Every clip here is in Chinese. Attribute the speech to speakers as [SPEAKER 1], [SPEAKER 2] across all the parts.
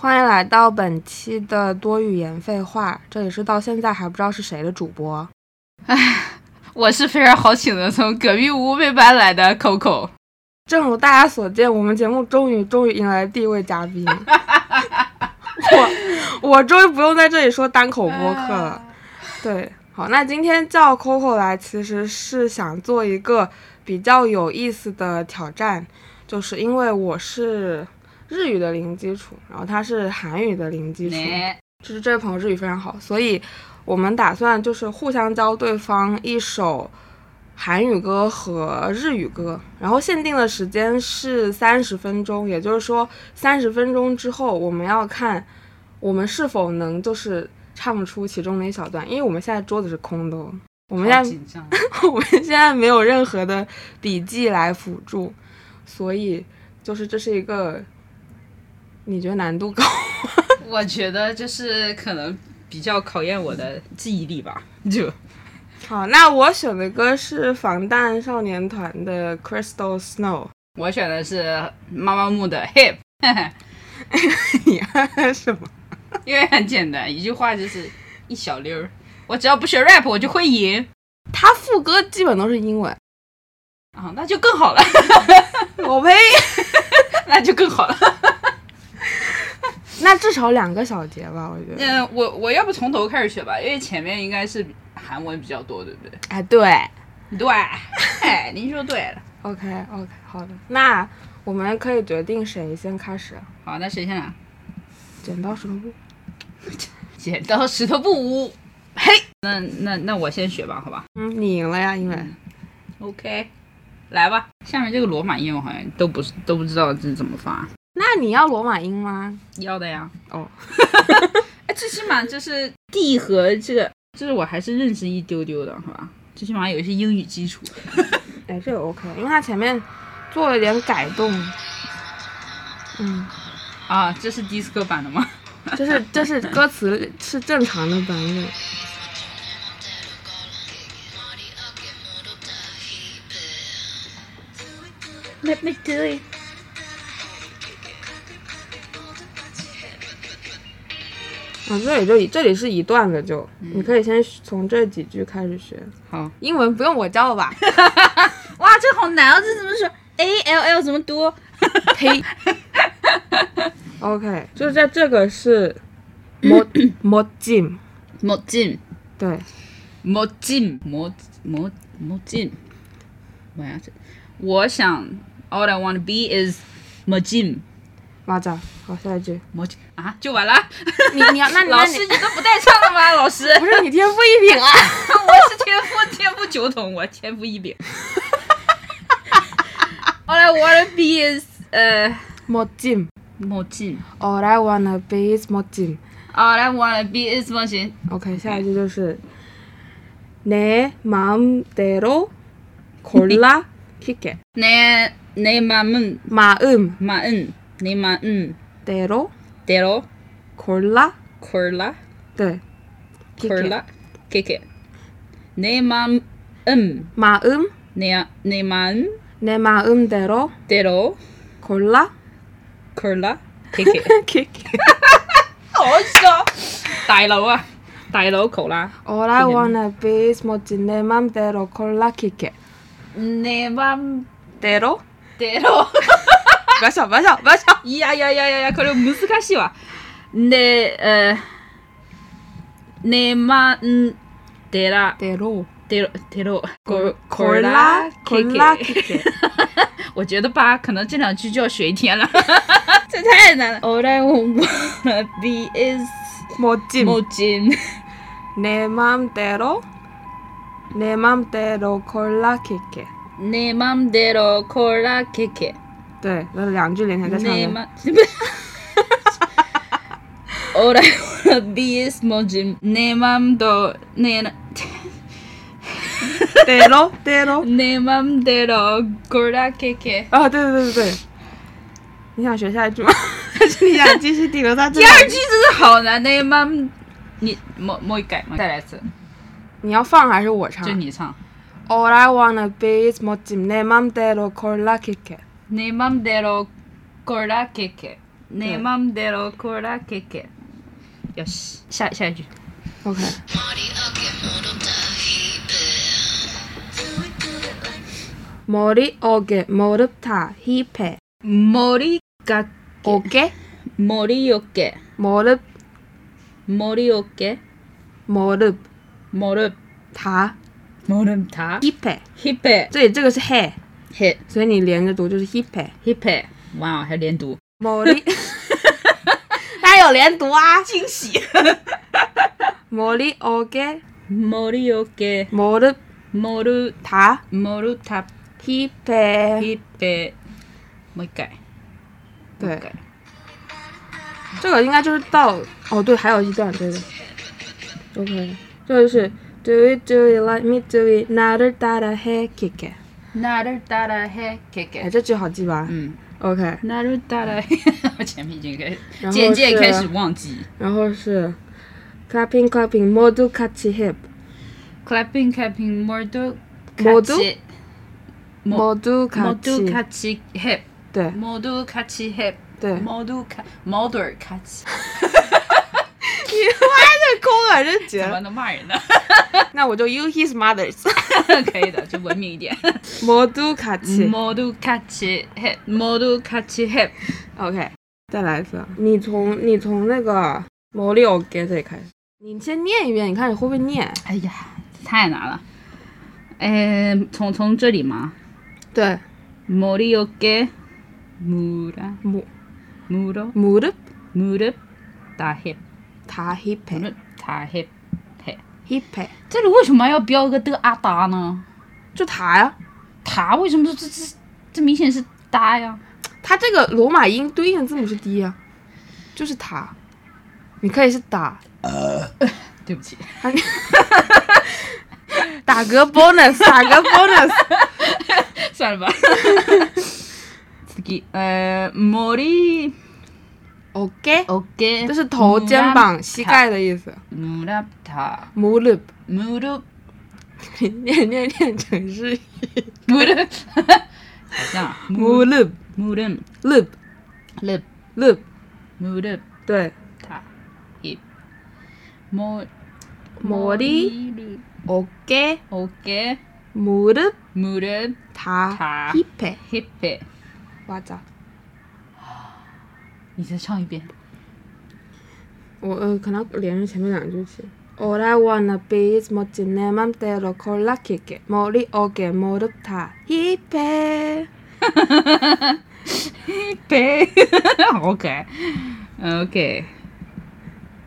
[SPEAKER 1] 欢迎来到本期的多语言废话，这里是到现在还不知道是谁的主播。
[SPEAKER 2] 我是非常好请的从隔壁屋被搬来的 Coco。
[SPEAKER 1] 正如大家所见，我们节目终于终于迎来了第一位嘉宾， 我我终于不用在这里说单口播客了。对，好，那今天叫 Coco 来，其实是想做一个比较有意思的挑战，就是因为我是日语的零基础，然后他是韩语的零基础。
[SPEAKER 2] 你
[SPEAKER 1] 就是这位朋友日语非常好，所以我们打算就是互相教对方一首韩语歌和日语歌，然后限定的时间是三十分钟，也就是说三十分钟之后我们要看我们是否能就是唱出其中的一小段，因为我们现在桌子是空的哦，我们现
[SPEAKER 2] 好
[SPEAKER 1] 在
[SPEAKER 2] 紧张，
[SPEAKER 1] 我们现在没有任何的笔记来辅助，所以就是这是一个你觉得难度高？
[SPEAKER 2] 我觉得就是可能比较考验我的记忆力吧，就
[SPEAKER 1] 好，那我选的歌是防弹少年团的《Crystal Snow，
[SPEAKER 2] 我选的是妈妈木的 Hip，》
[SPEAKER 1] 你爱什么？
[SPEAKER 2] 因为很简单，一句话就是一小溜儿。我只要不学 rap，我就会赢
[SPEAKER 1] 他副歌基本都是英文。
[SPEAKER 2] 啊，那就更好了，
[SPEAKER 1] 我呸！
[SPEAKER 2] 那就更好了。
[SPEAKER 1] 那至少两个小节吧，我觉得。
[SPEAKER 2] 嗯，我我要不从头开始学吧，因为前面应该是韩文比较多，对不对？
[SPEAKER 1] 哎，对
[SPEAKER 2] 对，哎，您说对了。
[SPEAKER 1] ，OK OK，好的。那我们可以决定谁先开始，啊
[SPEAKER 2] 好，那谁先啊来？
[SPEAKER 1] 剪刀石头布。
[SPEAKER 2] 剪刀石头布屋，嘿，那那那我先学吧，好吧
[SPEAKER 1] 嗯，你赢了呀，因为
[SPEAKER 2] ？OK，来吧。下面这个罗马音我好像都不是都不知道这怎么发。
[SPEAKER 1] 那你要罗马音吗？
[SPEAKER 2] 要的呀，
[SPEAKER 1] 哦，
[SPEAKER 2] 哎，最起码就是 D 和这个，就是我还是认识一丢丢的，好吧？最起码有一些英语基础。
[SPEAKER 1] 哎，这个 OK，因为它前面做了点改动。嗯，
[SPEAKER 2] 啊，这是 disco 版的吗？
[SPEAKER 1] 这是这是歌词是正常的版本。
[SPEAKER 2] Let me do it。
[SPEAKER 1] 啊，这里就一这里是一段的就，你可以先从这几句开始学。
[SPEAKER 2] 嗯好，
[SPEAKER 1] 英文不用我教了吧？
[SPEAKER 2] 哇，这好难哦，这怎么说？A L L 怎么读？
[SPEAKER 1] 呸。OK，就是在这个是 mod mod gym，
[SPEAKER 2] 墨镜，
[SPEAKER 1] 对，
[SPEAKER 2] 墨镜，墨墨墨镜。我要我想，All I want to be is 墨镜，
[SPEAKER 1] 马甲。好，下一句。
[SPEAKER 2] 墨镜啊，就完了。
[SPEAKER 1] 你你要那 你
[SPEAKER 2] 老
[SPEAKER 1] 那
[SPEAKER 2] 师，
[SPEAKER 1] 你
[SPEAKER 2] 你都不带唱了吗？老师，
[SPEAKER 1] 不是你天赋异 禀啊？
[SPEAKER 2] 我是天赋天赋九筒，我天赋异禀。All I want to be is 呃
[SPEAKER 1] mod gym。
[SPEAKER 2] 墨镜。
[SPEAKER 1] All I wanna be is mod gym。
[SPEAKER 2] All I want to be is 墨镜。
[SPEAKER 1] OK，下一句就是내마음대로골 라킬게
[SPEAKER 2] 내 내 마음은
[SPEAKER 1] 마음
[SPEAKER 2] 마음 내 마음
[SPEAKER 1] 대로
[SPEAKER 2] 대로
[SPEAKER 1] 골라
[SPEAKER 2] 골라
[SPEAKER 1] 네 킬게.
[SPEAKER 2] 골라 그게 내 마음
[SPEAKER 1] 마음
[SPEAKER 2] 내내 마음
[SPEAKER 1] 내 마음대로
[SPEAKER 2] 대로
[SPEAKER 1] 골라
[SPEAKER 2] 골라 그게
[SPEAKER 1] 키키.
[SPEAKER 2] 어서 다이로아 다이로 골라
[SPEAKER 1] All I wanna be is 멋진 내 맘대로 골라 키키.
[SPEAKER 2] 내 마음
[SPEAKER 1] 대로?
[SPEAKER 2] 대로
[SPEAKER 1] 마셔 마셔 마셔.
[SPEAKER 2] 야야야야야 그리고 무스카시와 내어내 마음 대라
[SPEAKER 1] 대로.
[SPEAKER 2] 대로 대로 골
[SPEAKER 1] 골라
[SPEAKER 2] 골라
[SPEAKER 1] 어, 골라
[SPEAKER 2] 그게
[SPEAKER 1] 키키.
[SPEAKER 2] 我觉得吧，可能这两句就要学一天了， 这太难了。All I wanna be is
[SPEAKER 1] 멋진
[SPEAKER 2] 墨镜，
[SPEAKER 1] 내 맘대로 내 맘대로 골라 키키.
[SPEAKER 2] 내맘대로 골라 키키，
[SPEAKER 1] 对，那两句连起来再唱
[SPEAKER 2] 내
[SPEAKER 1] 一遍。
[SPEAKER 2] 맘不是 All I wanna be is墨镜，내맘도내
[SPEAKER 1] 대로대로 아,
[SPEAKER 2] 내맘대로 골라 키키。
[SPEAKER 1] 啊，对对对对对。你想学下一句吗？ 还是你想继续停留在这
[SPEAKER 2] 第
[SPEAKER 1] 里？
[SPEAKER 2] 二句真的好难，내맘你莫莫改吗？再来一次，
[SPEAKER 1] 你要放还是我唱
[SPEAKER 2] 就？你唱。
[SPEAKER 1] All I wanna be is 멋진 내 맘대로 골라 키키.
[SPEAKER 2] 내 맘대로 골라 키키. 내 맘대로 고락할게. 요시. 샤, 샤 주.
[SPEAKER 1] OK，머리어게머리타힙해
[SPEAKER 2] 머리 깎
[SPEAKER 1] 어게
[SPEAKER 2] 머리 요게.
[SPEAKER 1] 머리
[SPEAKER 2] 머리 요게.
[SPEAKER 1] 머리
[SPEAKER 2] 머름.
[SPEAKER 1] 다
[SPEAKER 2] 머름 다.
[SPEAKER 1] 힙해
[SPEAKER 2] 힙해.
[SPEAKER 1] 这里这个是 hair，
[SPEAKER 2] 힙.
[SPEAKER 1] 所以你连着读就是 hip hip。
[SPEAKER 2] 힙해. 와우, 할连读.
[SPEAKER 1] 某里，它有连读啊。
[SPEAKER 2] 惊喜.
[SPEAKER 1] 머리어게
[SPEAKER 2] 머리 요게.
[SPEAKER 1] 머리
[SPEAKER 2] 머루.
[SPEAKER 1] 다
[SPEAKER 2] 머루 다.
[SPEAKER 1] 힙해
[SPEAKER 2] 힙해. 뭐일까?
[SPEAKER 1] 对，这个应该就是到哦，对，还有一段对的。OK，这就是 Do it, do it, let me do it, 나를 따라해, kick it。
[SPEAKER 2] 나를 따라해.
[SPEAKER 1] 哎，
[SPEAKER 2] 케케.
[SPEAKER 1] 这句好记吧？
[SPEAKER 2] 음.
[SPEAKER 1] OK，
[SPEAKER 2] 나를 따라해. 前面已经开始-
[SPEAKER 1] 然后
[SPEAKER 2] 渐渐
[SPEAKER 1] 是-
[SPEAKER 2] 开始忘记。
[SPEAKER 1] 然后是 clapping, clapping, 모두같이 hip,
[SPEAKER 2] clapping clapping 모두
[SPEAKER 1] 모두?
[SPEAKER 2] 같이 모-
[SPEAKER 1] 모두같
[SPEAKER 2] 모두
[SPEAKER 1] 이
[SPEAKER 2] 같이 해
[SPEAKER 1] 对
[SPEAKER 2] 모두 같이 해
[SPEAKER 1] 对。
[SPEAKER 2] 모두 가, 모두 같이
[SPEAKER 1] 你妈的，空耳真绝了。
[SPEAKER 2] 怎么能骂人呢？
[SPEAKER 1] 那我就 you his mothers。
[SPEAKER 2] 可以的，就文明一点。
[SPEAKER 1] 모두
[SPEAKER 2] 嗯
[SPEAKER 1] 같이.
[SPEAKER 2] 모두 같이 해 모두 같이 해
[SPEAKER 1] OK，再来一次啊。你从你从那个毛利奥给这里开始，你先念一遍，你看你会不会念？
[SPEAKER 2] 哎呀，太难了。哎，从从这里吗？ 네,
[SPEAKER 1] 对，
[SPEAKER 2] 머리 어깨 무라
[SPEAKER 1] 母
[SPEAKER 2] 무릎
[SPEAKER 1] 母的
[SPEAKER 2] 무릎 다힙
[SPEAKER 1] 塔 hip
[SPEAKER 2] 무릎 다힙 해
[SPEAKER 1] hip，
[SPEAKER 2] 这里为什么要标一个的阿达呢？
[SPEAKER 1] 就塔呀、
[SPEAKER 2] 塔为什么这这这这明显是搭呀？
[SPEAKER 1] 它这个罗马音对应的字母是 d 呀、就是塔。你可以是打
[SPEAKER 2] 对不起，
[SPEAKER 1] 打个 bonus，打个 bonus。
[SPEAKER 2] 算 了吧。次呃，머리
[SPEAKER 1] OK，
[SPEAKER 2] OK，
[SPEAKER 1] 这是头、肩膀、膝盖的意思。
[SPEAKER 2] 무릎다
[SPEAKER 1] 母的，
[SPEAKER 2] 무릎
[SPEAKER 1] 念念念成日语。
[SPEAKER 2] 무릎好像
[SPEAKER 1] 母
[SPEAKER 2] 무
[SPEAKER 1] 的，
[SPEAKER 2] 무릎
[SPEAKER 1] lip
[SPEAKER 2] 립
[SPEAKER 1] lip，
[SPEAKER 2] 무릎
[SPEAKER 1] 对，
[SPEAKER 2] 다힙머
[SPEAKER 1] 머리 OK，
[SPEAKER 2] OK
[SPEAKER 1] 무릎
[SPEAKER 2] 무릎
[SPEAKER 1] 다
[SPEAKER 2] 다.
[SPEAKER 1] 힙해
[SPEAKER 2] 힙해
[SPEAKER 1] 맞아
[SPEAKER 2] 你再唱一遍。
[SPEAKER 1] 어, 어 그냥 리안이 재미는 안 좋지 All I wanna be is 멋진 내 맘대로 골라킬게 머리 어깨 무릎 다 힙해
[SPEAKER 2] 对 ，OK OK，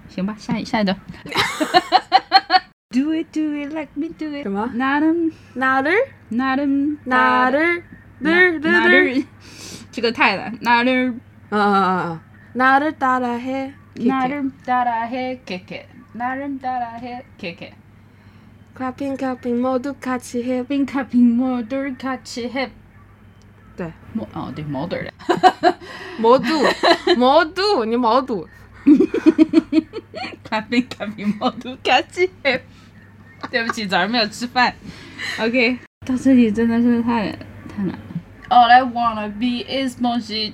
[SPEAKER 2] 行吧，下一下一段。do it, do it, like me do it.
[SPEAKER 1] 什么
[SPEAKER 2] ？Not
[SPEAKER 1] 나를
[SPEAKER 2] not
[SPEAKER 1] 나를 늘 늘늘
[SPEAKER 2] 哪这个太难。Not
[SPEAKER 1] 어어어 나를 따라해
[SPEAKER 2] not da da he kick it. Not da da he kick it.
[SPEAKER 1] clapping clapping 모두 같이 해
[SPEAKER 2] Bing ka bing mo dur ka chi he. oh,
[SPEAKER 1] 对
[SPEAKER 2] 뭐-哦对，毛腿儿的。
[SPEAKER 1] 모두 모두 니 모두
[SPEAKER 2] Clapping clapping 毛肚嘎鸡。 对不起，早上没有吃饭。OK，到这里真的是太太难了。All I wanna be is 뭐지?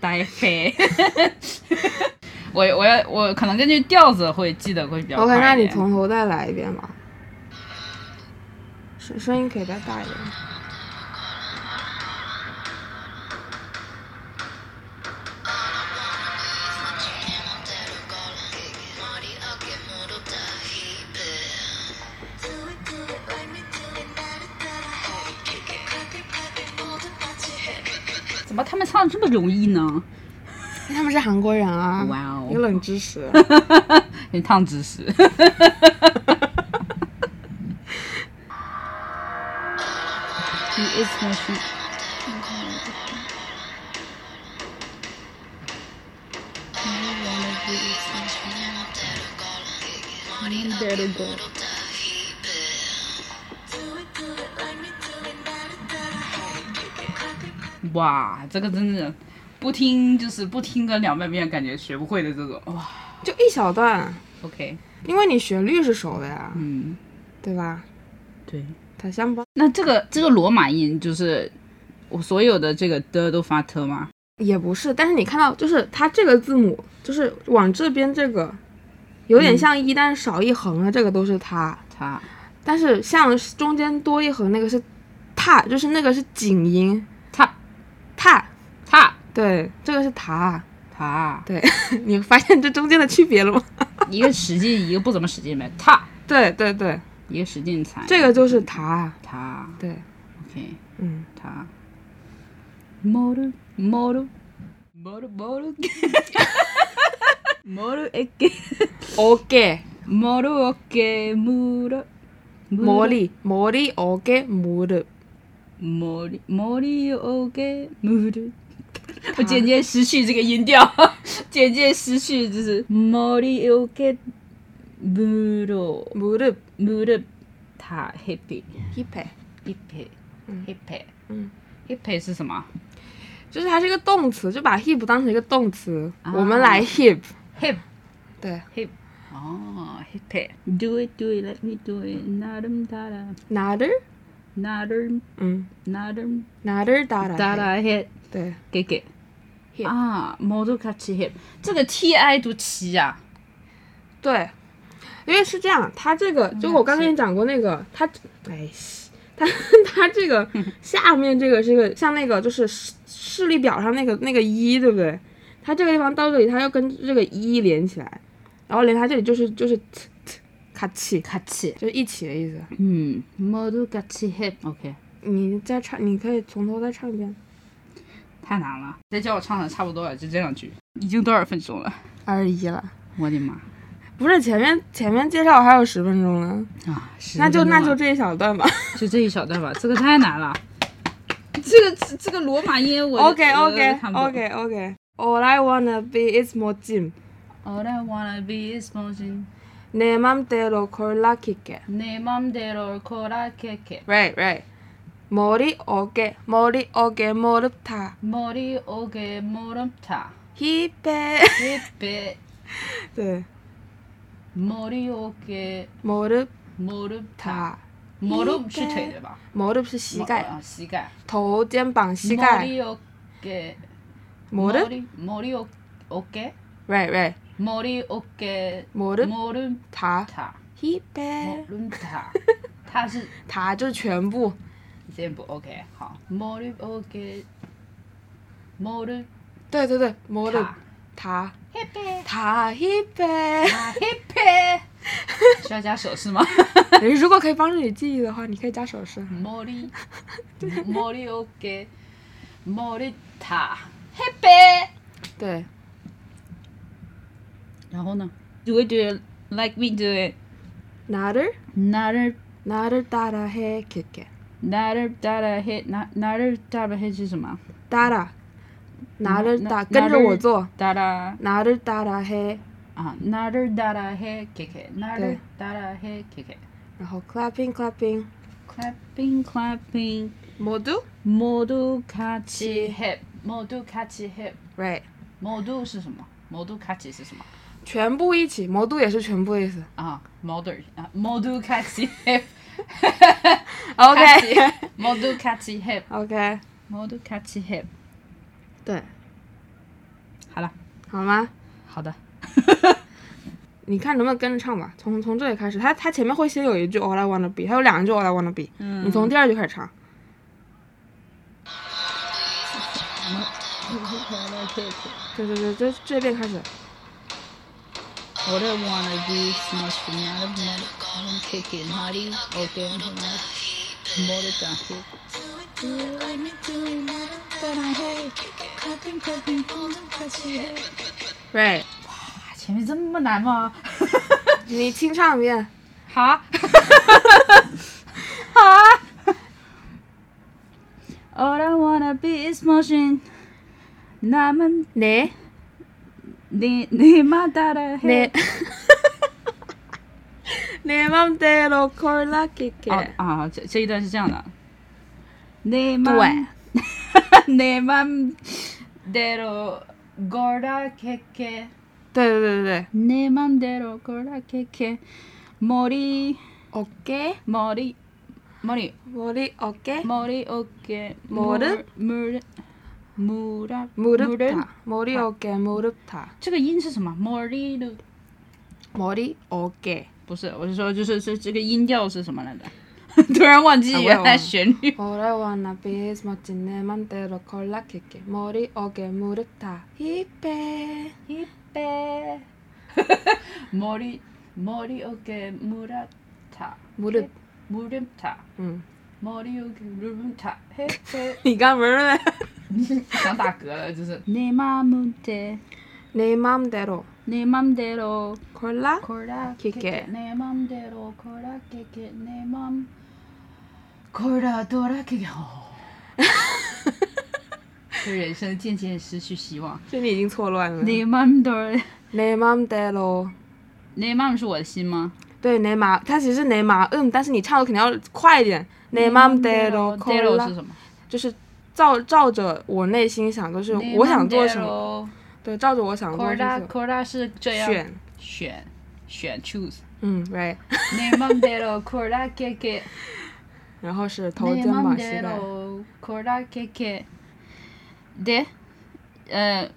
[SPEAKER 2] 다이페 我我要我可能根据调子会记得会比较
[SPEAKER 1] OK，那
[SPEAKER 2] 快一
[SPEAKER 1] 你
[SPEAKER 2] 点。
[SPEAKER 1] 从头再来一遍吧，声声音可以再大一点。
[SPEAKER 2] 怎么他们唱的这么容易呢？
[SPEAKER 1] 他们是韩国人啊，
[SPEAKER 2] 哇
[SPEAKER 1] 一个
[SPEAKER 2] 哦，
[SPEAKER 1] 冷知识。
[SPEAKER 2] 很烫知识。He is my shoe. 哇，这个真的不听就是不听个两百遍，感觉学不会的这种。哇
[SPEAKER 1] 就一小段，
[SPEAKER 2] ，OK，
[SPEAKER 1] 因为你旋律是熟的呀，
[SPEAKER 2] 嗯，
[SPEAKER 1] 对吧？
[SPEAKER 2] 对。
[SPEAKER 1] 它香吧？
[SPEAKER 2] 那这个这个罗马音就是我所有的这个的都发特吗？
[SPEAKER 1] 也不是，但是你看到就是它这个字母，就是往这边这个，有
[SPEAKER 2] 嗯
[SPEAKER 1] 点像一，但是少一横啊的这个都是它，
[SPEAKER 2] 它
[SPEAKER 1] 但是像中间多一横那个是踏，就是那个是紧音
[SPEAKER 2] 它
[SPEAKER 1] 踏，
[SPEAKER 2] 它
[SPEAKER 1] 对，这个是塔。
[SPEAKER 2] 它，
[SPEAKER 1] 对， 你发现这中间的区别了吗？
[SPEAKER 2] 一个使劲，一个不怎么使劲呗。它
[SPEAKER 1] 对对对，
[SPEAKER 2] 一个使劲踩，
[SPEAKER 1] 这个就是塔。
[SPEAKER 2] 它
[SPEAKER 1] 对，
[SPEAKER 2] OK，
[SPEAKER 1] 嗯，
[SPEAKER 2] 它 model model model model model again
[SPEAKER 1] OK，
[SPEAKER 2] model again model
[SPEAKER 1] 머리, 머리, 어깨, 무릎.
[SPEAKER 2] 머리 머리 오게 무릎 我渐渐失去这个音调， 渐渐失去就是 머리 오게 무릎
[SPEAKER 1] 무릎,
[SPEAKER 2] 무릎 다 힙해
[SPEAKER 1] 힙해.
[SPEAKER 2] 힙해 힙해
[SPEAKER 1] 嗯
[SPEAKER 2] 힙해 是什么
[SPEAKER 1] 就是它是一个动词，就把 hip 当成一个动词，
[SPEAKER 2] 啊
[SPEAKER 1] 我们来 hip。
[SPEAKER 2] ？hip
[SPEAKER 1] 对，
[SPEAKER 2] hip 哦，hip 아, do it do it let me do it 나름 따라
[SPEAKER 1] 나를,
[SPEAKER 2] 나름
[SPEAKER 1] 음,
[SPEAKER 2] 나름
[SPEAKER 1] 나를 따라.
[SPEAKER 2] 따라 해
[SPEAKER 1] 对，
[SPEAKER 2] 给给
[SPEAKER 1] Hip.
[SPEAKER 2] 아 모두 같이 hip 这个 T I 读齐呀、
[SPEAKER 1] 对，因为是这样，它这个就我刚跟你讲过那个，它，哎西，它它这个下面这个是个像那个就是视视力表上那个那个一，对不对？它这个地方到这里，它要跟这个一连起来，然后连它这里就是就是 t t 卡气，
[SPEAKER 2] 같이
[SPEAKER 1] 就是一起的意思。
[SPEAKER 2] 음 모두 같이 해 오케이
[SPEAKER 1] 你再唱，你可以从头再唱一遍。
[SPEAKER 2] 太难了再叫我唱的差不多了就这两句已经多少分钟了
[SPEAKER 1] 二十一了，
[SPEAKER 2] 我的妈
[SPEAKER 1] 不是前面前面介绍还有十分钟呢，
[SPEAKER 2] 啊
[SPEAKER 1] 那就那就
[SPEAKER 2] 就
[SPEAKER 1] 这一小段吧。
[SPEAKER 2] 아， 就这一小段吧这个太难了这个这这个罗马音我
[SPEAKER 1] OK
[SPEAKER 2] 我我
[SPEAKER 1] OK
[SPEAKER 2] 看不懂
[SPEAKER 1] OK OK。All I wanna be is more Jim.
[SPEAKER 2] All I wanna be is motion
[SPEAKER 1] 내 맘대로 골라킬게.
[SPEAKER 2] 내 맘대로 골라킬게
[SPEAKER 1] Right right. 머리 어깨 머리 어깨 무릎 다
[SPEAKER 2] 머리 오게 무릎 타
[SPEAKER 1] 힙해.
[SPEAKER 2] 힙해
[SPEAKER 1] 네.
[SPEAKER 2] 머리 오게
[SPEAKER 1] 무릎
[SPEAKER 2] 무릎 타
[SPEAKER 1] 다
[SPEAKER 2] ，murup 是腿对吧？
[SPEAKER 1] 무릎 是膝盖，
[SPEAKER 2] 啊，膝盖，
[SPEAKER 1] 头肩膀膝盖，
[SPEAKER 2] 뭐, 아, 머리 어깨，
[SPEAKER 1] 무릎
[SPEAKER 2] 머리- 머리 어- 어깨,
[SPEAKER 1] right right.
[SPEAKER 2] 머리 어깨,
[SPEAKER 1] 무릎
[SPEAKER 2] 무릎
[SPEAKER 1] 다
[SPEAKER 2] 다,
[SPEAKER 1] 힙해.
[SPEAKER 2] 무릎 다， 它是
[SPEAKER 1] 다就是全部。
[SPEAKER 2] 全部 OK 好，머리 어. 어깨, 무릎
[SPEAKER 1] 对对对，摩的
[SPEAKER 2] 다,
[SPEAKER 1] 塔
[SPEAKER 2] 힙해,
[SPEAKER 1] 塔 hippe。
[SPEAKER 2] 다 아, 힙해，需要加手势吗？
[SPEAKER 1] 如果可以帮助你记忆的话，你可以加手势。
[SPEAKER 2] 머리, 머리 어깨, 머리 다 힙해。 네.
[SPEAKER 1] 对，
[SPEAKER 2] 然后呢？Do it, do it like we do it.
[SPEAKER 1] 나를
[SPEAKER 2] 나를
[SPEAKER 1] 나를 따라해 킬게
[SPEAKER 2] 나를 따라해 나 나를 따라해 是什么？
[SPEAKER 1] 따라 나를 따
[SPEAKER 2] 나- 나를-
[SPEAKER 1] 跟着我做
[SPEAKER 2] 따라
[SPEAKER 1] 나를 따라해
[SPEAKER 2] 啊， 나를 따라해 케케, 나를
[SPEAKER 1] 네.
[SPEAKER 2] 따라해 케케.
[SPEAKER 1] 然后 clapping clapping
[SPEAKER 2] clapping clapping
[SPEAKER 1] 모두
[SPEAKER 2] 모두 같이 해 모두 같이 해
[SPEAKER 1] right
[SPEAKER 2] 모두 是什么？모두 같이 是什么？
[SPEAKER 1] 全部一起，魔都也是全部的意思。
[SPEAKER 2] 啊， 아, 모두啊，모두 같이 해 같이
[SPEAKER 1] OK
[SPEAKER 2] 모두 같이 해
[SPEAKER 1] OK，
[SPEAKER 2] 모두 같이 해
[SPEAKER 1] 对，
[SPEAKER 2] 好了，
[SPEAKER 1] 好吗？
[SPEAKER 2] 好 的，
[SPEAKER 1] 你看能不能跟着唱吧？从从这里开始，它它前面会先有一句 All I wanna be，它有两句 All I wanna be，、
[SPEAKER 2] 嗯
[SPEAKER 1] 你从第二句开始唱。
[SPEAKER 2] 嗯
[SPEAKER 1] 对对对，这这边开始。
[SPEAKER 2] 我的 wanna be smash not a mother I'm kicking honey okay I'm not more than hit
[SPEAKER 1] Right，
[SPEAKER 2] 啊前面这么难 吗？
[SPEAKER 1] 你清唱一遍。
[SPEAKER 2] 哈，哈，All I wanna be is motion 나만
[SPEAKER 1] 네
[SPEAKER 2] 내, 내 마다라 해.
[SPEAKER 1] 네. 내 맘대로 콜라키케.
[SPEAKER 2] 啊啊，这这一段是这样的。
[SPEAKER 1] 对
[SPEAKER 2] 내 맘 내맘대로걸어갈게
[SPEAKER 1] 对对对对对。
[SPEAKER 2] 내맘대로걸어갈게머리
[SPEAKER 1] 어깨,
[SPEAKER 2] 머리머리
[SPEAKER 1] 머리, 어깨,
[SPEAKER 2] 머리어깨
[SPEAKER 1] 무릎?
[SPEAKER 2] 물무릎
[SPEAKER 1] 무릎 다. 네. 머리, 어깨, 무릎 다.
[SPEAKER 2] 这个音是什么？머리를
[SPEAKER 1] 머리, 어깨.
[SPEAKER 2] 不是，我是说，就是这这个音调是什么 来着？突然忘记
[SPEAKER 1] 啊我也
[SPEAKER 2] 原
[SPEAKER 1] 忘了
[SPEAKER 2] 来旋律。
[SPEAKER 1] All I wanna be is 멋진 내 맘대로 콜라킬게. 머리, 어깨, 무릎 다. 힙해.
[SPEAKER 2] 이빼 머리 머리 어깨 무릎 타
[SPEAKER 1] 무릎.
[SPEAKER 2] 무릎 타
[SPEAKER 1] 응.
[SPEAKER 2] 머리 어깨 무릎 타 헤헤
[SPEAKER 1] 네가 뭐래?
[SPEAKER 2] 想打嗝了就是내 마음대
[SPEAKER 1] 내 맘대로
[SPEAKER 2] 내 맘대로
[SPEAKER 1] 콜라
[SPEAKER 2] 걸어
[SPEAKER 1] 기계.
[SPEAKER 2] 내 맘대로 걸어 기게 내맘 걸어 돌아 기게 人生渐渐失去希望。
[SPEAKER 1] 这你已经错乱了。
[SPEAKER 2] 내 맘대로
[SPEAKER 1] 네. 내 맘대로
[SPEAKER 2] 내 맘是我的心吗？
[SPEAKER 1] 对내 마，它其实是 내 마， 嗯，但是你唱的肯定要快一点。내 맘대로
[SPEAKER 2] 대로
[SPEAKER 1] 콜라
[SPEAKER 2] 嗯是什么？
[SPEAKER 1] 就是照照着我内心想，就是我想做什么，
[SPEAKER 2] 么
[SPEAKER 1] 对，照着我想做就
[SPEAKER 2] ？Kora
[SPEAKER 1] 是
[SPEAKER 2] Kora 是这样
[SPEAKER 1] 选，
[SPEAKER 2] 选选 choose。
[SPEAKER 1] 嗯，right，
[SPEAKER 2] 내 맘대로 Kora KK
[SPEAKER 1] 然后是头、
[SPEAKER 2] 내
[SPEAKER 1] 肩膀、膝盖，
[SPEAKER 2] 맘대로 Kora KK 네, 어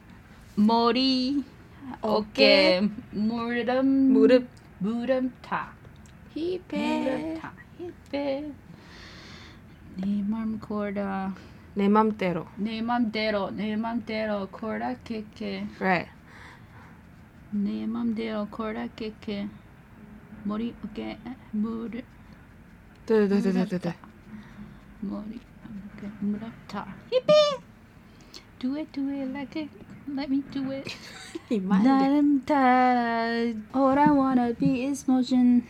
[SPEAKER 2] 머리 어깨 무릎
[SPEAKER 1] 무릎,
[SPEAKER 2] 무릎 타 무릎
[SPEAKER 1] 힙해,
[SPEAKER 2] 타 힙해 내맘 Kora
[SPEAKER 1] 내 맘대로,
[SPEAKER 2] 내 맘대로 내 맘대로 Kora KK
[SPEAKER 1] right，
[SPEAKER 2] 내 맘대로 걸어갈게 머리 어깨 무릎
[SPEAKER 1] 对对对对对 对对
[SPEAKER 2] 머리 어깨 무릎 다 히피 Do it do it like it Let me do it ，
[SPEAKER 1] 你慢一点，
[SPEAKER 2] 나름 다 All I wanna be is motion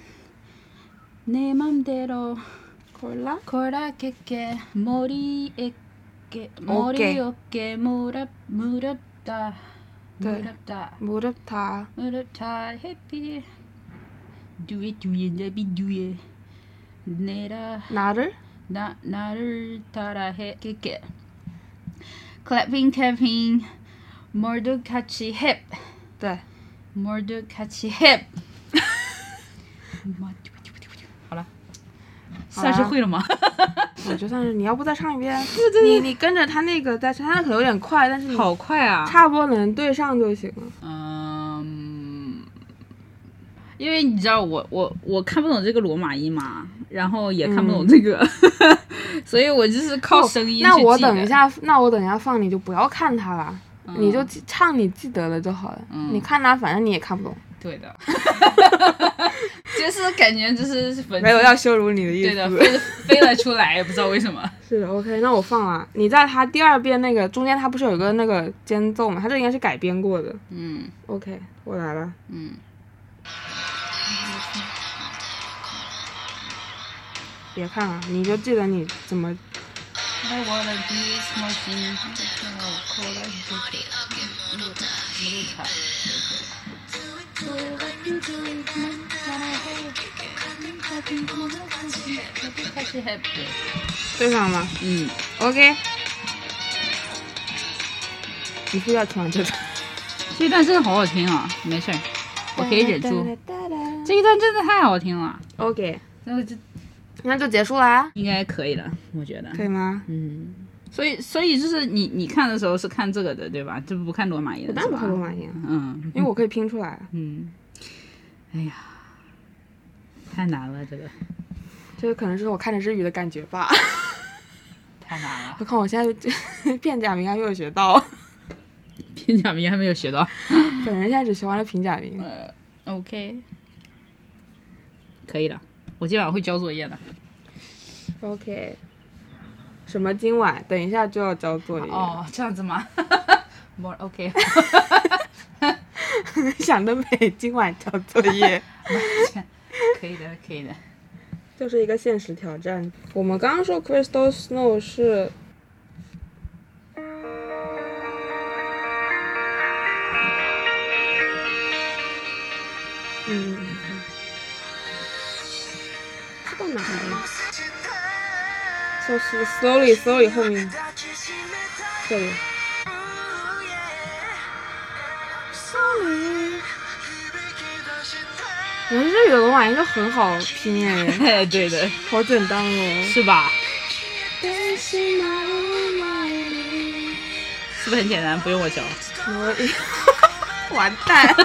[SPEAKER 2] 내 맘대로
[SPEAKER 1] 콜라,
[SPEAKER 2] 걸어갈게 머리 어깨
[SPEAKER 1] 어깨.
[SPEAKER 2] 머리 어깨 무릎 무릎 다
[SPEAKER 1] 네.
[SPEAKER 2] 무릎 다
[SPEAKER 1] 무릎 다,
[SPEAKER 2] 무릎 다 해피 Do it do it let me do it 내라
[SPEAKER 1] 나를,
[SPEAKER 2] 나 나를 따라 해 깨깨 Clapping tapping 모두 같이 힙
[SPEAKER 1] 对，
[SPEAKER 2] 모두 같이 힙 好了，算是会了吗？
[SPEAKER 1] 我就算是你要不再唱一 遍，啊你你跟着他那个再唱，他那可能有点快，但是你
[SPEAKER 2] 好快啊！
[SPEAKER 1] 差不多能对上就行了。
[SPEAKER 2] 嗯，因为你知道我我我看不懂这个罗马音嘛，然后也看不懂这个， 所以我就是靠声音、去
[SPEAKER 1] 嗯哦那我
[SPEAKER 2] 记的
[SPEAKER 1] 等一，下，那我等一下放你就不要看它了，
[SPEAKER 2] 嗯
[SPEAKER 1] 你就记唱你记得的就好了。
[SPEAKER 2] 嗯
[SPEAKER 1] 你看它，反正你也看不懂，
[SPEAKER 2] 对的， 就是感觉就是粉
[SPEAKER 1] 没有要羞辱你的意
[SPEAKER 2] 对的 飞飞了出来，也不知道为什么。
[SPEAKER 1] 是的，OK，那我放了。你在它第二遍那个中间，它不是有一个那个间奏吗？它这应该是改编过的。
[SPEAKER 2] 嗯
[SPEAKER 1] OK，我来了。
[SPEAKER 2] 嗯，
[SPEAKER 1] 别看了，你就记得你怎么。对上了吗
[SPEAKER 2] 嗯，
[SPEAKER 1] ？OK。你是不是要听完这段？
[SPEAKER 2] 这一段真的好好听啊！没事儿，我可以忍住。。这一段真的太好听了，
[SPEAKER 1] OK，
[SPEAKER 2] 那我就
[SPEAKER 1] 那就结束啦，
[SPEAKER 2] 应该可以了，我觉得。
[SPEAKER 1] 可以吗？
[SPEAKER 2] 嗯，所以所以就是你你看的时候是看这个的对吧？就不看罗马音
[SPEAKER 1] 我
[SPEAKER 2] 的
[SPEAKER 1] 当
[SPEAKER 2] 是
[SPEAKER 1] 然不
[SPEAKER 2] 吧
[SPEAKER 1] 会罗马音了，
[SPEAKER 2] 嗯
[SPEAKER 1] 因为我可以拼出来。
[SPEAKER 2] 嗯，哎呀，太难了，这个
[SPEAKER 1] 这个可能是我看着日语的感觉吧。
[SPEAKER 2] 太难了。
[SPEAKER 1] 何况我现在就 片假名啊又有学到，
[SPEAKER 2] 平假名还没有学到。
[SPEAKER 1] 本人现在只学完了平假名。
[SPEAKER 2] 呃，OK，可以了，我今晚会交作业的。
[SPEAKER 1] OK，什么今晚？等一下就要交作业，
[SPEAKER 2] 哦，这样子吗？ 我 OK，
[SPEAKER 1] 想得美，今晚交作业。
[SPEAKER 2] 可以的，可以的。
[SPEAKER 1] 就是一个现实挑战。我们刚刚说 Crystal Snow 是。就是 slowly slowly 后面这里。我觉得日语的罗马音就很好拼哎，
[SPEAKER 2] 哎， 对的，
[SPEAKER 1] 好简单哦。
[SPEAKER 2] 是吧？是不是很简单？不用我教。
[SPEAKER 1] 我完蛋，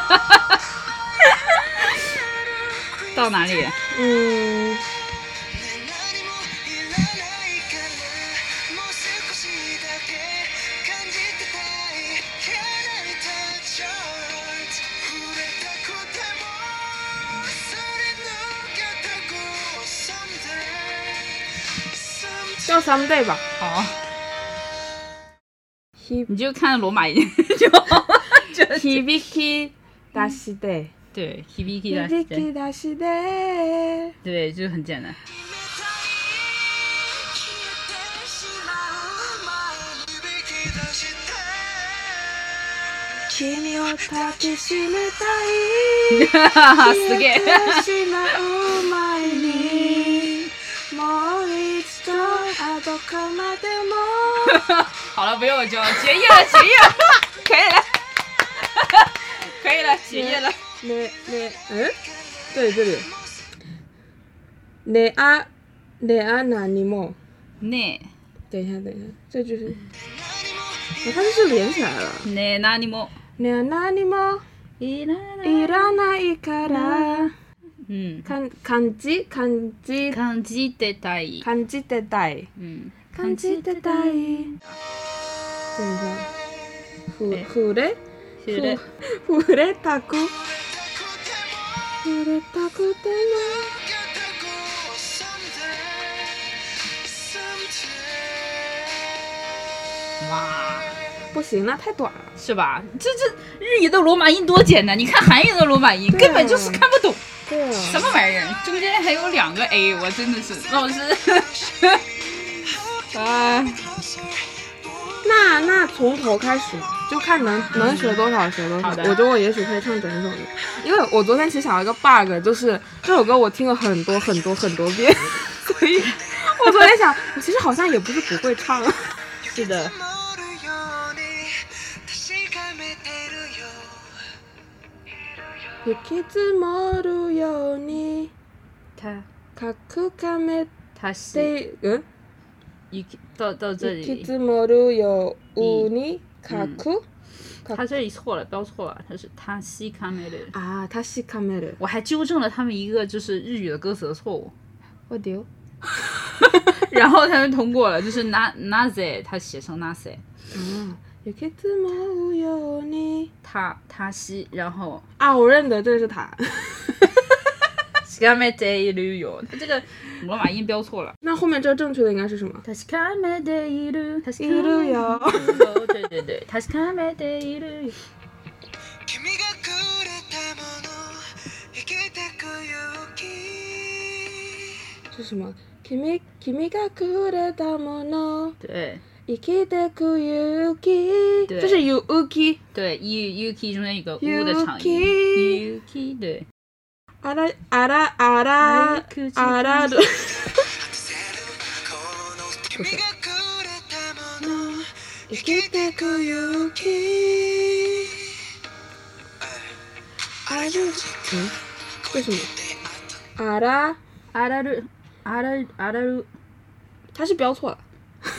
[SPEAKER 2] 到哪里？
[SPEAKER 1] 嗯，叫 someday 吧。
[SPEAKER 2] 好，
[SPEAKER 1] ひ
[SPEAKER 2] 你就看罗马音就 好。
[SPEAKER 1] 響き出して。
[SPEAKER 2] 对，Hibiki
[SPEAKER 1] 響き出して。
[SPEAKER 2] 对，就很简单。
[SPEAKER 1] 君を抱きしめた い。
[SPEAKER 2] す げえ。
[SPEAKER 1] 消えてしまう前にもう一度あどこまでも
[SPEAKER 2] 好了，不用我教，结业了，结业了， 可以了，可以了， 结业了。
[SPEAKER 1] ねねえどれどれねあねあ何も
[SPEAKER 2] 那
[SPEAKER 1] 等一下等一下这句是我看这是连起来了
[SPEAKER 2] 那那你莫。
[SPEAKER 1] ねあ何もいらないから
[SPEAKER 2] 嗯，
[SPEAKER 1] かん感じ感じ
[SPEAKER 2] 感じてたい。
[SPEAKER 1] 感じてたい
[SPEAKER 2] 嗯，
[SPEAKER 1] 感じてたい等一下ふ
[SPEAKER 2] え
[SPEAKER 1] ふれ
[SPEAKER 2] 是的。
[SPEAKER 1] 触れたく触れたくて
[SPEAKER 2] 哇，
[SPEAKER 1] も不行那太短了
[SPEAKER 2] 是吧？这这日语的罗马音多简单，你看韩语的罗马音
[SPEAKER 1] 对啊
[SPEAKER 2] 根本就是看不懂，
[SPEAKER 1] 对啊
[SPEAKER 2] 什么玩意儿？中间还有两个 A，我真的是老师。啊，
[SPEAKER 1] 那那从头开始就看能能学多少学多少
[SPEAKER 2] 好的。
[SPEAKER 1] 我觉得我也许可以唱整首歌，因为我昨天其实想了一个 bug，就是这首歌我听了很多很多很多遍，所以我昨天想，我其实好像也不是不会唱。啊
[SPEAKER 2] 是的，
[SPEAKER 1] 雪積もるように
[SPEAKER 2] 他
[SPEAKER 1] くかめ
[SPEAKER 2] 他是
[SPEAKER 1] て嗯。
[SPEAKER 2] 一到到这
[SPEAKER 1] 雪
[SPEAKER 2] 里，嗯
[SPEAKER 1] 積もるように書く。
[SPEAKER 2] 他这里错了，标错了，他是他西卡梅的。
[SPEAKER 1] 啊，他是卡梅ル。
[SPEAKER 2] 我还纠正了他们一个就是日语的歌词的错误，
[SPEAKER 1] 我丢。
[SPEAKER 2] 然后他们通过了，就是那那ぜ他写成那ぜ
[SPEAKER 1] 嗯，雪積もるように。
[SPEAKER 2] 他他西，然后
[SPEAKER 1] 啊，我认得，这是他。
[SPEAKER 2] 確かめているよ。他这个罗马音标错了。
[SPEAKER 1] 那后面这正确的应该是什么？
[SPEAKER 2] 確かめている。確
[SPEAKER 1] いるよ。
[SPEAKER 2] よ。对对对，確かめているよ。
[SPEAKER 3] 君がくれたもの生きてく勇気
[SPEAKER 1] 是什么？君君がくれたもの
[SPEAKER 2] 对
[SPEAKER 1] 生きてく勇気，
[SPEAKER 2] 对
[SPEAKER 1] 这是 u uki
[SPEAKER 2] 对，u uki 中间有一个 u 的长音。
[SPEAKER 1] Yuki
[SPEAKER 2] uki 对。
[SPEAKER 1] あらあらあらあら的，
[SPEAKER 3] 君がくれたもの
[SPEAKER 1] 生きてく勇気。あら，嗯，为什么？あら，
[SPEAKER 2] 阿拉鲁阿拉阿拉鲁，
[SPEAKER 1] 他是标错了。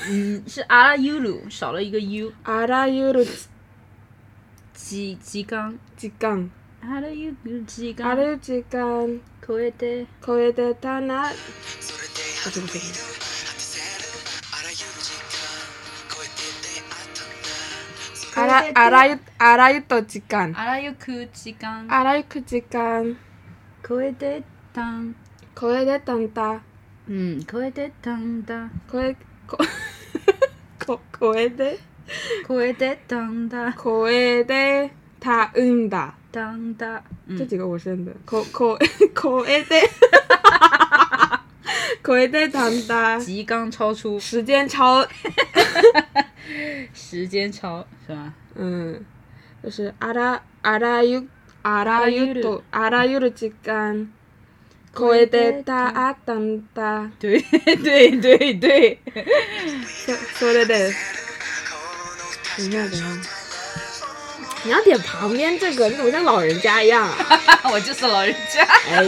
[SPEAKER 2] 嗯，是阿拉鲁鲁，少了一个 u。
[SPEAKER 1] あらゆる
[SPEAKER 2] 几几缸。
[SPEAKER 1] 時間、
[SPEAKER 2] 阿拉鲁鲁几
[SPEAKER 1] あ
[SPEAKER 2] 缸。
[SPEAKER 1] る時間
[SPEAKER 2] 可以的。
[SPEAKER 1] 超えてたな。
[SPEAKER 3] それで
[SPEAKER 1] 不是不是不
[SPEAKER 3] 果
[SPEAKER 1] 是，
[SPEAKER 3] てせるあらゆる時間超えて出会ったなそれ
[SPEAKER 1] あらあらゆあらゆと時間、
[SPEAKER 2] 阿拉鲁鲁几缸。
[SPEAKER 1] あらゆく時間
[SPEAKER 2] 可以的当。
[SPEAKER 1] 超えてたんだ。
[SPEAKER 2] 嗯，可以的当当。
[SPEAKER 1] 超えこ こ超えて
[SPEAKER 2] 可以的当当
[SPEAKER 1] 超えてたんだ。
[SPEAKER 2] 当当。嗯
[SPEAKER 1] 这几个我是认得。こ こ超え て超えてたんだ。
[SPEAKER 2] 即刚超出
[SPEAKER 1] 时间超
[SPEAKER 2] 时间超是吧？
[SPEAKER 1] 嗯，就是あらあらゆあらゆとあらゆる時間超えてたあったんだ。
[SPEAKER 2] 对 对对对，
[SPEAKER 1] そそれです。等一下，等一下。你要点旁边这个，你怎么像老人家一样啊？
[SPEAKER 2] 我就是老人家。
[SPEAKER 1] 哎，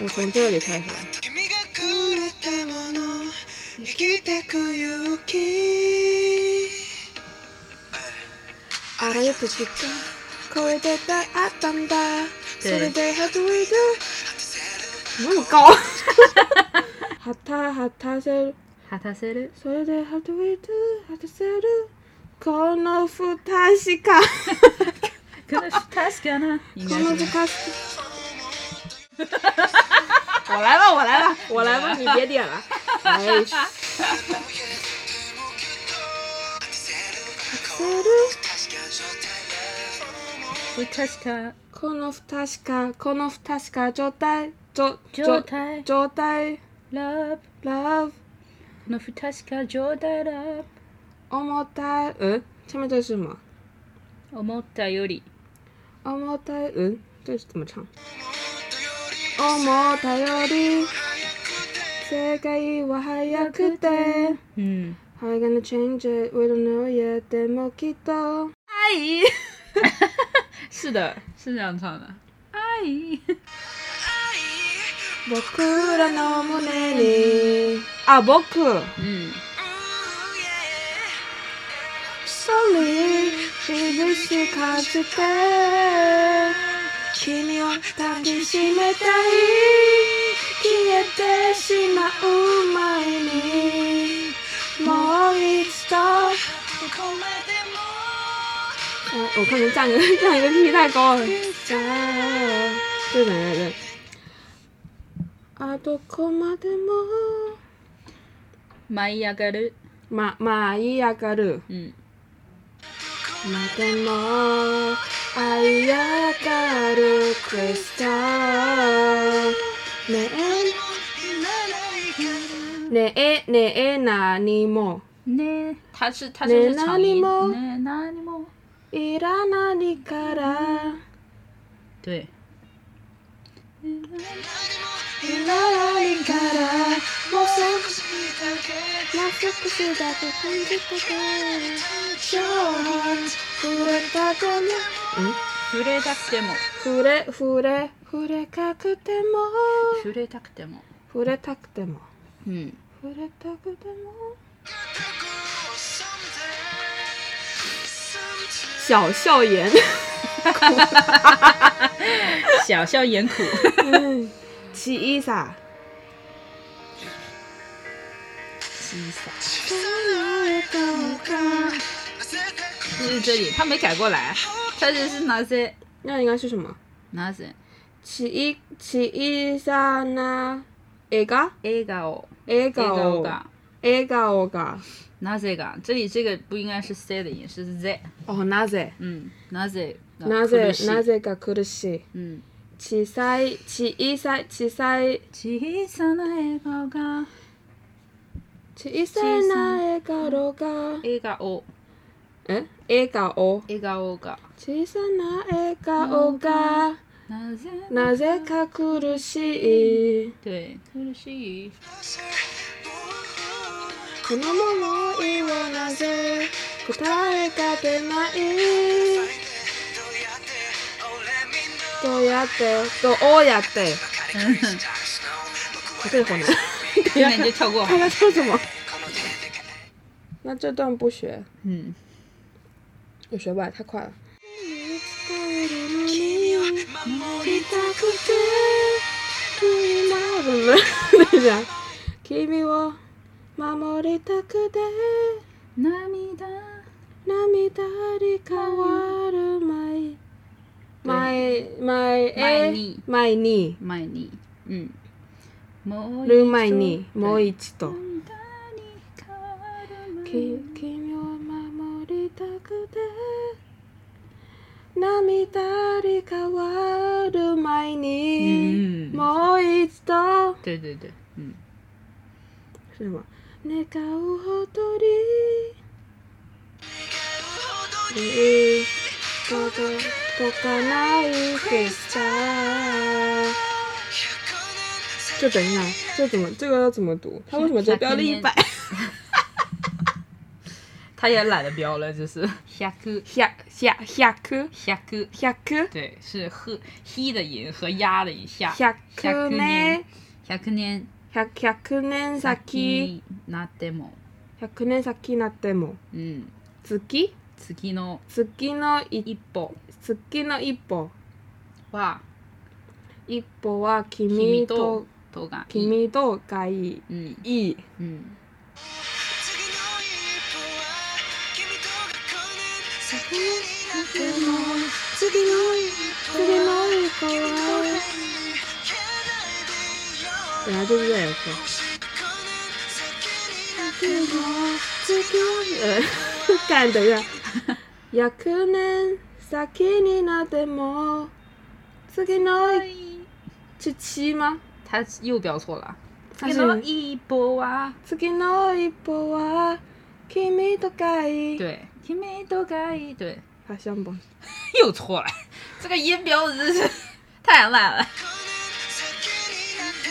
[SPEAKER 1] 我从这里开始。
[SPEAKER 3] 君がくれたもの生きてく勇気
[SPEAKER 1] あらゆる時間超えてたあったんだ。それで How do we do？怎么那么 高？はたはたせる。
[SPEAKER 2] 果たせる。
[SPEAKER 1] それで How do we do？はたせる。この不確か。
[SPEAKER 2] 可能是 task 呢？应
[SPEAKER 1] こ
[SPEAKER 2] 该
[SPEAKER 1] の不
[SPEAKER 2] 是。
[SPEAKER 1] 確か。
[SPEAKER 2] 我来吧，我来吧。
[SPEAKER 1] 我来吧，你别点了。哎，
[SPEAKER 2] 不 task
[SPEAKER 1] この不確か、この不確か状態、状
[SPEAKER 2] 状態
[SPEAKER 1] 状態、
[SPEAKER 2] love，
[SPEAKER 1] love、
[SPEAKER 2] 可能不 task 状態 love。
[SPEAKER 1] 重たい、嗯，下面这是什么？
[SPEAKER 2] 思ったより。
[SPEAKER 1] 重たい、嗯，这是怎么唱？重たより、世界は早くて、
[SPEAKER 2] 嗯，
[SPEAKER 1] How you gonna change it? We don't know yet. でもきっと。阿姨，
[SPEAKER 2] 是的，嗯哎是这样唱的。阿姨，
[SPEAKER 1] 僕らの胸に、あ、僕。
[SPEAKER 2] 嗯，
[SPEAKER 1] Sorry, 厳しかじて君を抱きしめたい消えてしまう前にもう一度あ我看见站个站一个 key 太高了对对对对あどこまでも
[SPEAKER 2] 舞い上がる。
[SPEAKER 1] ま舞い上がる
[SPEAKER 2] 嗯，
[SPEAKER 1] までも愛上がるクリスタルねえねえねえ何も
[SPEAKER 2] ね、他是他就是
[SPEAKER 1] ね
[SPEAKER 2] 长音。
[SPEAKER 1] 何も
[SPEAKER 2] 嗯ね、何も。
[SPEAKER 1] いらないから
[SPEAKER 2] 对，
[SPEAKER 1] いらないからもう少しもう少しだけ感じたけ少触れたくな
[SPEAKER 2] 触れたくても、
[SPEAKER 1] 触れ触れ触れたくても
[SPEAKER 2] 触れたくても。
[SPEAKER 1] 触れたくても
[SPEAKER 2] 嗯，
[SPEAKER 1] 触れたくても小笑颜，
[SPEAKER 2] 小笑眼苦。
[SPEAKER 1] 奇异撒，
[SPEAKER 2] 就是这里，他没改过来，他只是拿些
[SPEAKER 1] 那应该是什么？
[SPEAKER 2] 拿些
[SPEAKER 1] 奇异奇异撒那，诶个
[SPEAKER 2] 笑顔，
[SPEAKER 1] 诶
[SPEAKER 2] 笑顔
[SPEAKER 1] 个
[SPEAKER 2] が
[SPEAKER 1] 诶个我个，
[SPEAKER 2] なぜが，这里这个不应该是 say 的音，是 z，
[SPEAKER 1] 哦なぜ
[SPEAKER 2] 嗯，なぜが
[SPEAKER 1] なぜ
[SPEAKER 2] 苦しい
[SPEAKER 1] なぜが苦しい。
[SPEAKER 2] 嗯，
[SPEAKER 1] 小さい小さい小さい
[SPEAKER 2] 小さな笑顔が
[SPEAKER 1] 小さいな笑顔が
[SPEAKER 2] 笑顔
[SPEAKER 1] え笑顔
[SPEAKER 2] 笑顔が
[SPEAKER 1] 小さな笑顔が
[SPEAKER 2] なぜ
[SPEAKER 1] なぜか苦しい。
[SPEAKER 2] 对苦しい
[SPEAKER 1] この想いはなぜ答えが出ないどうやってどうやって这会儿呢？
[SPEAKER 2] 那你就跳 过，
[SPEAKER 1] 他在说什么？那这段不学，
[SPEAKER 2] 嗯，
[SPEAKER 1] 你学吧，太快了。等一下，君を守りたくて
[SPEAKER 2] 涙
[SPEAKER 1] 涙に変わる前前前
[SPEAKER 2] 前
[SPEAKER 1] へ
[SPEAKER 2] に
[SPEAKER 1] 前に
[SPEAKER 2] 前に嗯，もう一
[SPEAKER 1] る
[SPEAKER 2] 度
[SPEAKER 1] 前にもう一度
[SPEAKER 2] 涙に変わる前
[SPEAKER 1] き君を守りたくて涙に変わる前に
[SPEAKER 2] 嗯，
[SPEAKER 1] もう一度
[SPEAKER 2] 对对对，嗯，
[SPEAKER 1] 是吗？願うほどにいいこと解かないフェスタ这等一下，这怎么这个要怎么读？他为什么只标了一百？
[SPEAKER 4] 他也懒得标了，就是
[SPEAKER 2] 下课
[SPEAKER 1] 下下下课
[SPEAKER 2] 下课，
[SPEAKER 1] 下课
[SPEAKER 4] 对，是喝 he 的音和呀的音下。
[SPEAKER 1] 下课呢？
[SPEAKER 2] 100年
[SPEAKER 1] 100 100年先
[SPEAKER 2] になっても、
[SPEAKER 1] 100年先になっても
[SPEAKER 2] うん、
[SPEAKER 1] 月
[SPEAKER 2] 次の
[SPEAKER 1] 月の一
[SPEAKER 2] 一歩
[SPEAKER 1] 月の一歩
[SPEAKER 2] は
[SPEAKER 1] 一歩は君
[SPEAKER 2] 君と
[SPEAKER 1] と
[SPEAKER 2] とがいい
[SPEAKER 1] 君とがいい
[SPEAKER 2] うん
[SPEAKER 1] いい
[SPEAKER 2] うん
[SPEAKER 3] 次の一歩は君とが来る先になっても次の一歩
[SPEAKER 1] 次の
[SPEAKER 3] は
[SPEAKER 1] 一歩
[SPEAKER 3] 君とがいる
[SPEAKER 1] は
[SPEAKER 3] 叶えて
[SPEAKER 1] 本
[SPEAKER 3] よ
[SPEAKER 1] 来就是这首歌。
[SPEAKER 3] 欲しく来る先になっ
[SPEAKER 1] 次
[SPEAKER 3] て
[SPEAKER 1] の呃，干等一下。100年先になっても次の是七吗？
[SPEAKER 2] 他又标错了。
[SPEAKER 1] 它
[SPEAKER 2] 次の
[SPEAKER 1] 是
[SPEAKER 2] 一歩は
[SPEAKER 1] 次の一歩は君とがいい。
[SPEAKER 2] 对，君とがいい对，
[SPEAKER 1] 好像不。
[SPEAKER 4] 又错了，
[SPEAKER 2] 这个音标真是 太烂了。
[SPEAKER 3] 来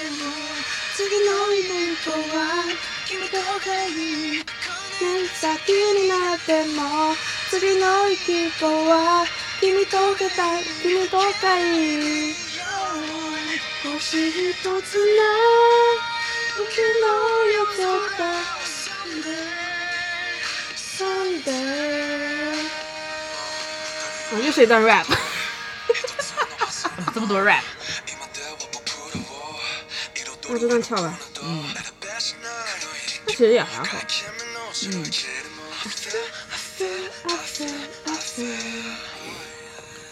[SPEAKER 3] る先になっても
[SPEAKER 1] 次の一歩は
[SPEAKER 3] 君とがいる
[SPEAKER 1] 100年先になっても次の一歩は君とがた君とがいい。星一つの星の夜空だ。Someday。我啊又是一段 rap。
[SPEAKER 4] 这么多 rap，
[SPEAKER 1] 那就这样跳吧。
[SPEAKER 3] 嗯。
[SPEAKER 1] 其实也还好。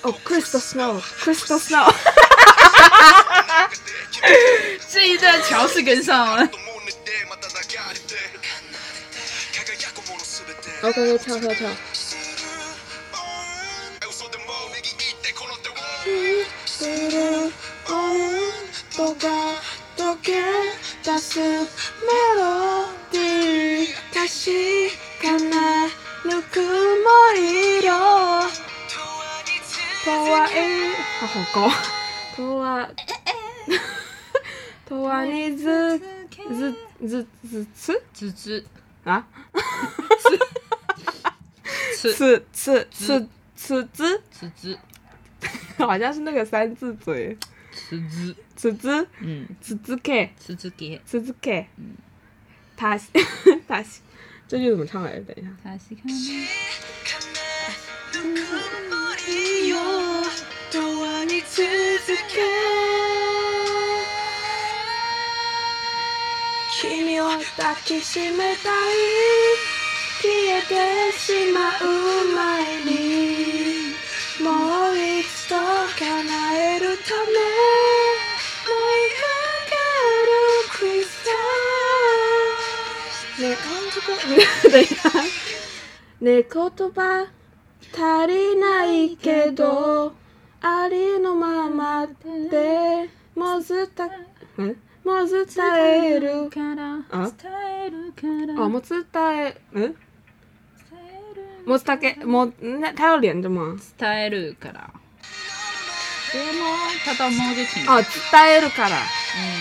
[SPEAKER 1] 哦、c r y s t a l Snow，Crystal Snow。
[SPEAKER 2] 这一段乔是跟上了。
[SPEAKER 1] OK，跳跳跳。啊，好高。とわ。とわにずずずずつ
[SPEAKER 2] 吱吱
[SPEAKER 1] 啊？
[SPEAKER 2] 吱
[SPEAKER 1] つつつつつ，
[SPEAKER 2] 吱吱
[SPEAKER 1] 好像是那个三字嘴。
[SPEAKER 2] 吱吱，
[SPEAKER 1] つつ
[SPEAKER 2] 嗯，
[SPEAKER 1] つつ K
[SPEAKER 2] 吱吱给。
[SPEAKER 1] つつ K。他他这句怎么唱来着？等一下。
[SPEAKER 2] 他是看你
[SPEAKER 1] 君を抱きしめたい消えてしまう前にもう一度叶えるため燃え上がるクリスタルねえ監督ねえ言葉足りないけどありのままでもうずたんもう伝える
[SPEAKER 2] から
[SPEAKER 1] あ
[SPEAKER 2] 伝えるから
[SPEAKER 1] 啊，我们自带嗯，
[SPEAKER 2] 伝える
[SPEAKER 1] 我大概我那它要连着吗？
[SPEAKER 2] 伝えるから。でも他到猫就挺
[SPEAKER 1] 哦，自带的卡啦，
[SPEAKER 2] 嗯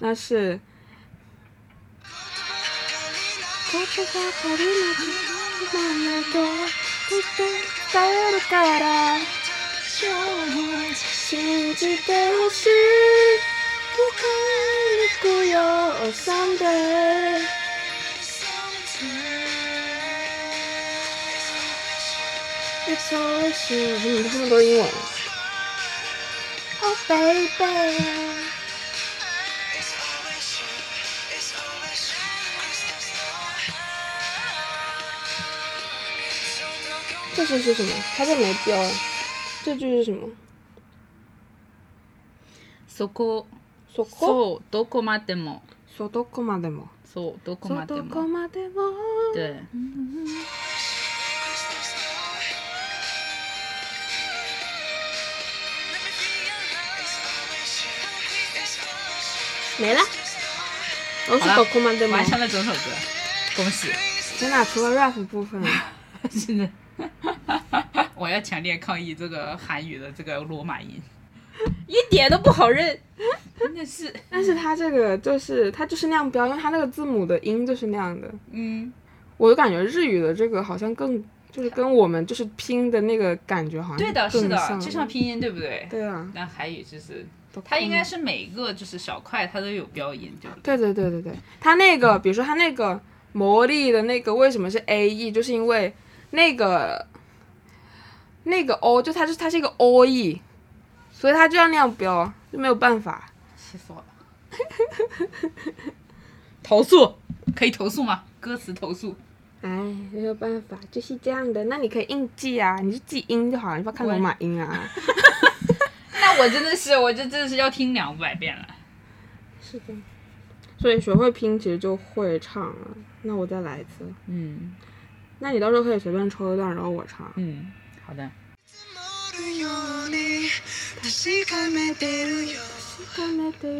[SPEAKER 1] 那是。It's always you. 嗯，他们都英文。Oh baby。这句是什么？他这没标。这句是什么？
[SPEAKER 2] そこ
[SPEAKER 1] そこ
[SPEAKER 2] そうどこまでも
[SPEAKER 1] そどこまでも。
[SPEAKER 2] そうどこ
[SPEAKER 1] そ
[SPEAKER 2] まで
[SPEAKER 1] どこ
[SPEAKER 2] も
[SPEAKER 1] までも。
[SPEAKER 2] 对
[SPEAKER 1] 没了。哦都是どこまでも
[SPEAKER 2] 完。成了整首歌，恭喜！
[SPEAKER 1] 真的，除了 rap 部分，
[SPEAKER 2] 真的，
[SPEAKER 4] 我要强烈抗议这个韩语的这个罗马音，
[SPEAKER 2] 一点都不好认，真的是，
[SPEAKER 1] 但是它这个就是它就是那样标，因为它那个字母的音就是那样的。
[SPEAKER 2] 嗯，
[SPEAKER 1] 我就感觉日语的这个好像更就是跟我们就是拼的那个感觉好像
[SPEAKER 2] 对的，是的
[SPEAKER 1] 更，像
[SPEAKER 2] 就像拼音，对不对？
[SPEAKER 1] 对啊，
[SPEAKER 2] 但韩语就是，它应该是每一个就是小块它都有标音，对不对？
[SPEAKER 1] 对对对对对，嗯它那个比如说它那个魔力的那个为什么是 A E，就是因为那个那个 O 就它是它是一个 O E，所以它就要那样标，就没有办法。
[SPEAKER 2] 气死我了！投诉可以投诉吗？歌词投诉，
[SPEAKER 1] 哎，没有办法，就是这样的。那你可以硬记啊，你就记音就好了，你不要看罗马音啊。
[SPEAKER 2] 那我真的是，我这真的是要听两百遍了。
[SPEAKER 1] 是的。所以学会拼其实就会唱了。那我再来一次。
[SPEAKER 2] 嗯
[SPEAKER 1] 那你到时候可以随便抽一段，然后我 唱。
[SPEAKER 2] 嗯，好的。
[SPEAKER 3] 積もるように確かめてるよ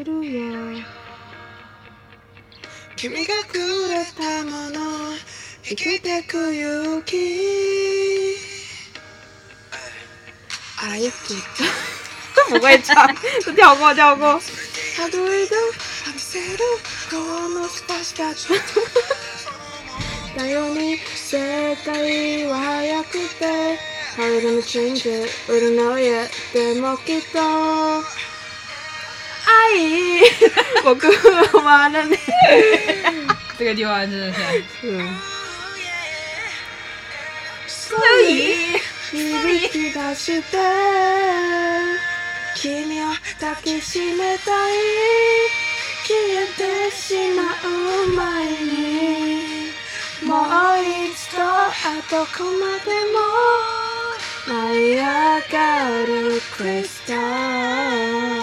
[SPEAKER 3] 君がくれたもの生きてく勇気あらゆき
[SPEAKER 1] 这不会唱， 这跳过跳过。
[SPEAKER 3] たどり出せるこの私たち
[SPEAKER 1] だよね世界は早くて How gonna change it? We don't know yet でもきっと愛僕はまだね
[SPEAKER 2] 这个地方真的是，
[SPEAKER 3] 所
[SPEAKER 1] い響き出して君を抱きしめたい消えてしまう前にもう一度あどこまでも舞い上がるクリスタルね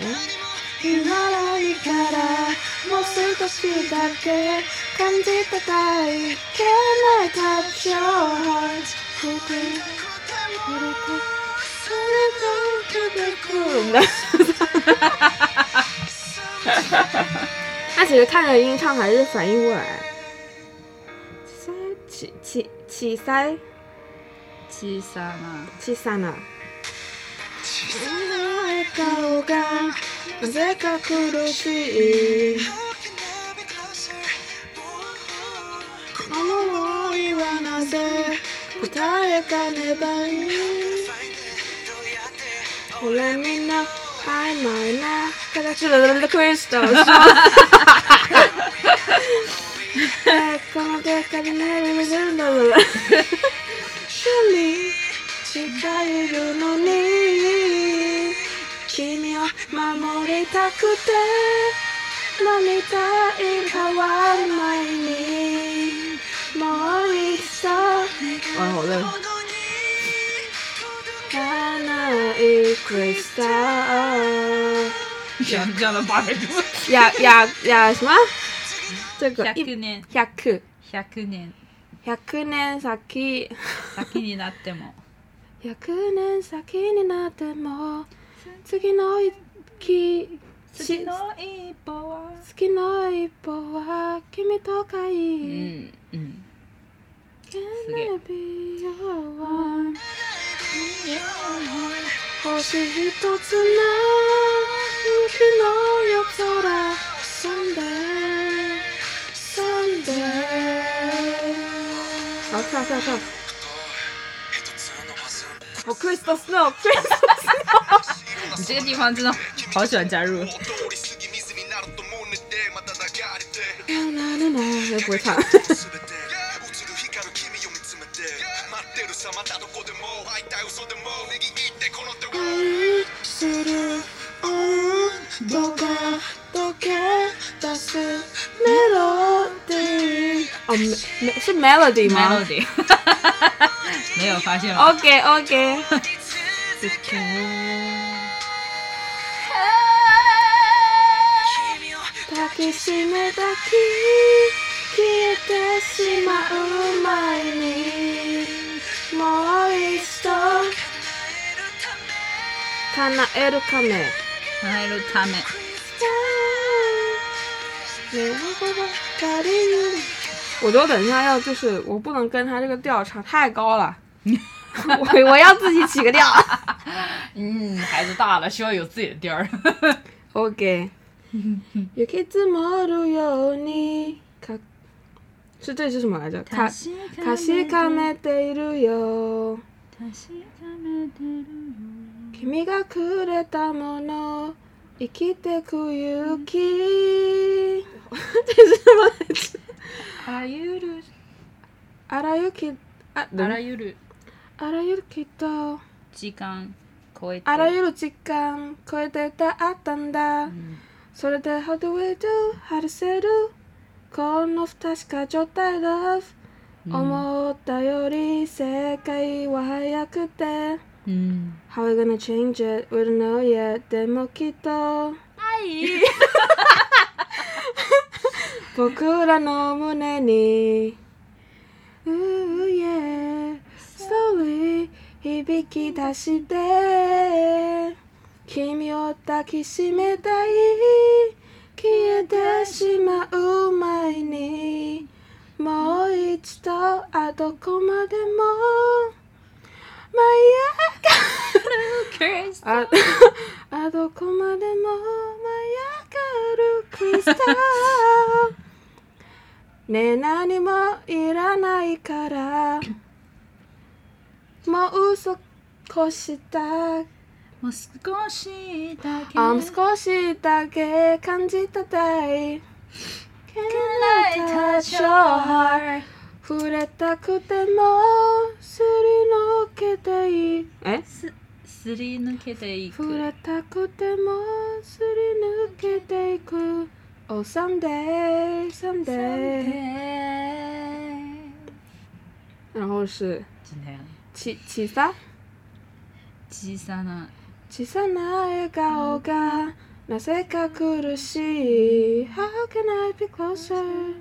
[SPEAKER 1] え見習いからもう少しだけ感じてたい Can I touch your heart? 僕に触れたそれと届く那其实看着音唱还是反应过来。塞起起起塞
[SPEAKER 2] 七三啊，
[SPEAKER 1] 起塞呢？Let me know, I might not. 大家去了 The Crystal 说。 この手からなるべるんだろう。距離近いるのに、君を守りたくて、涙い変わる前に、もう一度。啊，好累。ないクリスタル。
[SPEAKER 2] 这样这样的八百多。
[SPEAKER 1] 呀呀呀！什么？这个
[SPEAKER 2] 下
[SPEAKER 1] 一
[SPEAKER 2] 去年，
[SPEAKER 1] 100
[SPEAKER 2] 下去年，
[SPEAKER 1] 100年先
[SPEAKER 2] 下去年なっても。
[SPEAKER 1] 100年先になっても次の一期
[SPEAKER 2] 次の一歩は。
[SPEAKER 1] 次の一歩は君と会い、
[SPEAKER 2] 嗯嗯，
[SPEAKER 1] Can I be your one 星一つの雪の夜空 Someday Someday 好跳跳跳我 Crystal Snow Crystal
[SPEAKER 2] 你这个地方真的好喜欢加入。
[SPEAKER 1] 又不会唱。
[SPEAKER 3] する温度が溶け出すメロディー
[SPEAKER 1] 哦，没没是 melody 吗
[SPEAKER 2] Melody，没有发现吗？
[SPEAKER 1] ？OK OK，
[SPEAKER 3] 君を
[SPEAKER 1] 抱きしめたき消えてしまう前にもう一度叶えるため
[SPEAKER 2] 还有他 们，
[SPEAKER 1] 我觉得我等一下要就是我不能跟他这个调唱太高了， 我我要自己起个调。
[SPEAKER 4] 嗯，孩子大了，需要有自己的调儿。
[SPEAKER 1] OK，也可以怎么都有你。卡是这是什么来着？卡卡西卡梅德鲁哟，君がくれたもの、生きてく勇気。这是什么来着？
[SPEAKER 2] あゆる
[SPEAKER 1] あらゆきあ
[SPEAKER 2] あらゆる
[SPEAKER 1] あらゆるきっと。
[SPEAKER 2] 時間超えて
[SPEAKER 1] あらゆる時間超えてたあったんだ、それで How do we do? ハルセルこの不確か状態 Love、思ったより世界は早くて
[SPEAKER 2] うん、
[SPEAKER 1] How we gonna change it? We don't know yet でもきっと 僕らの胸に Ooh yeah Slowly 響き出して君を抱きしめたい消えてしまう前にもう一度あどこまでも舞い上がるあ あどこまでも舞い上がるクリスタル ねえ何もいらないからもう少しだ
[SPEAKER 2] もう少しだ
[SPEAKER 1] あ
[SPEAKER 2] け
[SPEAKER 1] 少しだけ感じたたい Can I touch your heart 触れたくてもすり抜けていいえ
[SPEAKER 2] すすり抜けてい
[SPEAKER 1] 触
[SPEAKER 2] く
[SPEAKER 1] れたくてもすり抜けていく Oh someday someday 然后是
[SPEAKER 2] 今天
[SPEAKER 1] ち小さ
[SPEAKER 2] 小さな
[SPEAKER 1] 小さな笑顔がなぜか苦しい How can I be closer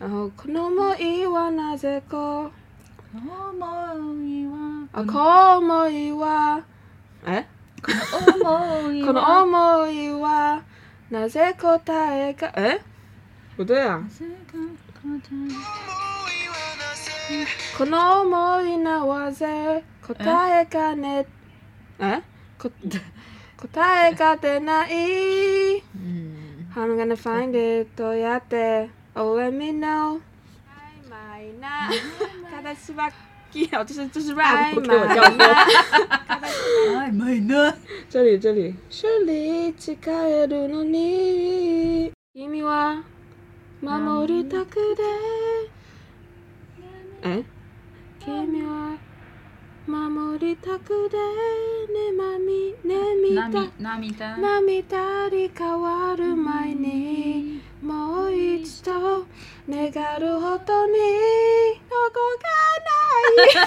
[SPEAKER 1] 然后この想いはなぜか
[SPEAKER 2] 思いは
[SPEAKER 1] あこの想いはえ
[SPEAKER 2] この思い
[SPEAKER 1] この
[SPEAKER 2] は
[SPEAKER 1] 想いはなぜ答えがえ不对啊 この想いなわぜ答えがねえこ答えが出ない I'm gonna find it どうやって Oh let me know 曖昧な形ばっきり这是这是 rap
[SPEAKER 4] 不给我
[SPEAKER 1] 叫
[SPEAKER 2] 曖昧な
[SPEAKER 1] 这里这里这里近えるのに君は守りたくてえ君は守りたくてねまみねみた
[SPEAKER 2] 涙涙
[SPEAKER 1] 涙に変わる前にもう一度願うほどにどこが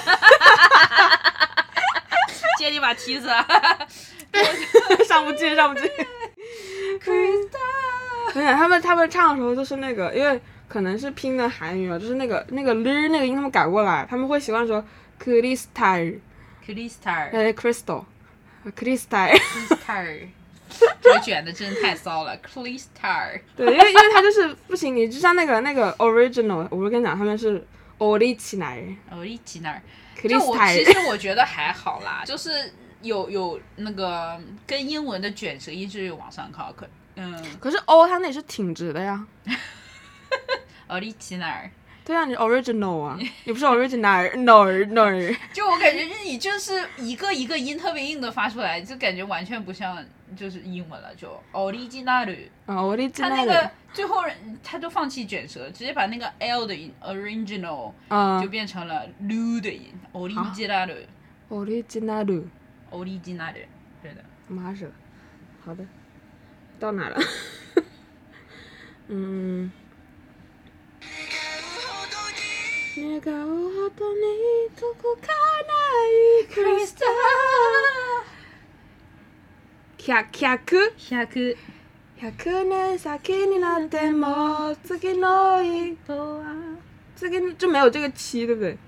[SPEAKER 1] ない
[SPEAKER 4] 借你把梯子。
[SPEAKER 1] 上不去，上不去。没有，他们他们唱的时候就是那个，因为可能是拼的韩语啊，就是那个那个 l 那个音他们改过来，他们会习惯说 crystal，
[SPEAKER 4] c r i s t a l
[SPEAKER 1] 呃 crystal。crystal，
[SPEAKER 4] c r i s t a l 这个卷的真太骚了 c r i s t a l
[SPEAKER 1] 对，因为因为他就是不行，你就像那个那个 original，我不是跟你讲他们是 original
[SPEAKER 4] 我哦一起那儿。就我其
[SPEAKER 1] crystal，
[SPEAKER 4] 实我觉得还好啦，就是有有那个跟英文的卷舌音是往上靠，可嗯
[SPEAKER 1] 可是 o 它那也是挺直的呀。
[SPEAKER 4] 哦，original。
[SPEAKER 1] 对啊，你 original 啊，你不是 original no no，
[SPEAKER 4] 就我感觉日语就是一个一个音特别硬的发出来，就感觉完全不像就是英文了，就哦 original。
[SPEAKER 1] 啊 original，
[SPEAKER 4] 他那个最后人他就放弃卷舌，直接把那个 l 的音 original
[SPEAKER 1] 嗯
[SPEAKER 4] 就变成了 lu 的音 original
[SPEAKER 1] original，
[SPEAKER 4] original。对的，
[SPEAKER 1] 妈是的，好的，到哪了？嗯。願うほどに届かないクリスタル100
[SPEAKER 2] 100
[SPEAKER 1] 100年先になっても次の一
[SPEAKER 2] 歩は
[SPEAKER 1] 次の就没有这个七对不对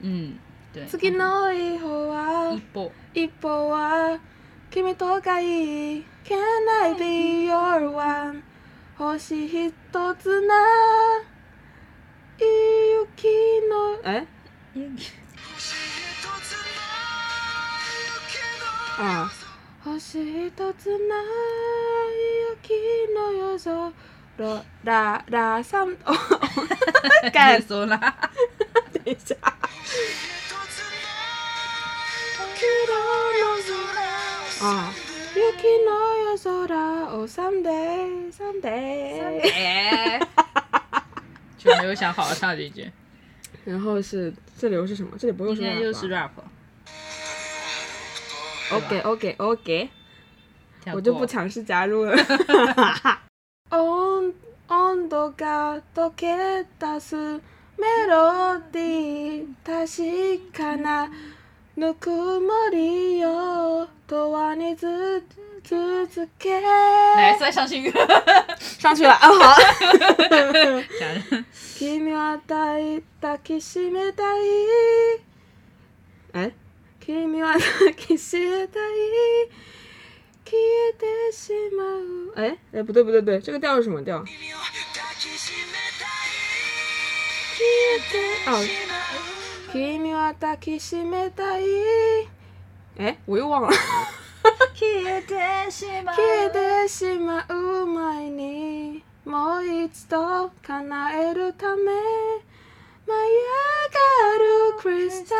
[SPEAKER 4] 嗯，对，
[SPEAKER 1] 次の一歩は
[SPEAKER 4] 一波
[SPEAKER 1] 一歩は君とがいい Can I be your one 星一つな雪のえ
[SPEAKER 2] 100
[SPEAKER 3] 「
[SPEAKER 1] うん。星一つない秋の夜空ララさん お干
[SPEAKER 2] 说啦。
[SPEAKER 1] 等一下，啊，雪の夜空を someday someday，
[SPEAKER 2] 哎，就没有想好好唱这一句。
[SPEAKER 1] 然后是这里又是什么？这里不又
[SPEAKER 2] 应
[SPEAKER 1] 是
[SPEAKER 2] 该
[SPEAKER 1] rap
[SPEAKER 2] 又
[SPEAKER 1] 吧
[SPEAKER 2] 是 rap，
[SPEAKER 1] OK OK OK，
[SPEAKER 2] 跳过
[SPEAKER 1] 我就不。强势加入了。温温度が溶け出すメロディー確かなぬくもりよ永遠にず続け
[SPEAKER 4] 来，再上新歌。
[SPEAKER 1] 上去了啊 好。
[SPEAKER 2] 想着
[SPEAKER 1] 君は抱い抱きしめたいえ君は抱きしめたい消えてしまうえ哎不对不对不对这个调是什么调消えて哦君は抱きしめたい哎我又忘了消えてしまう前にもう一度叶えるため舞い上がるクリスタ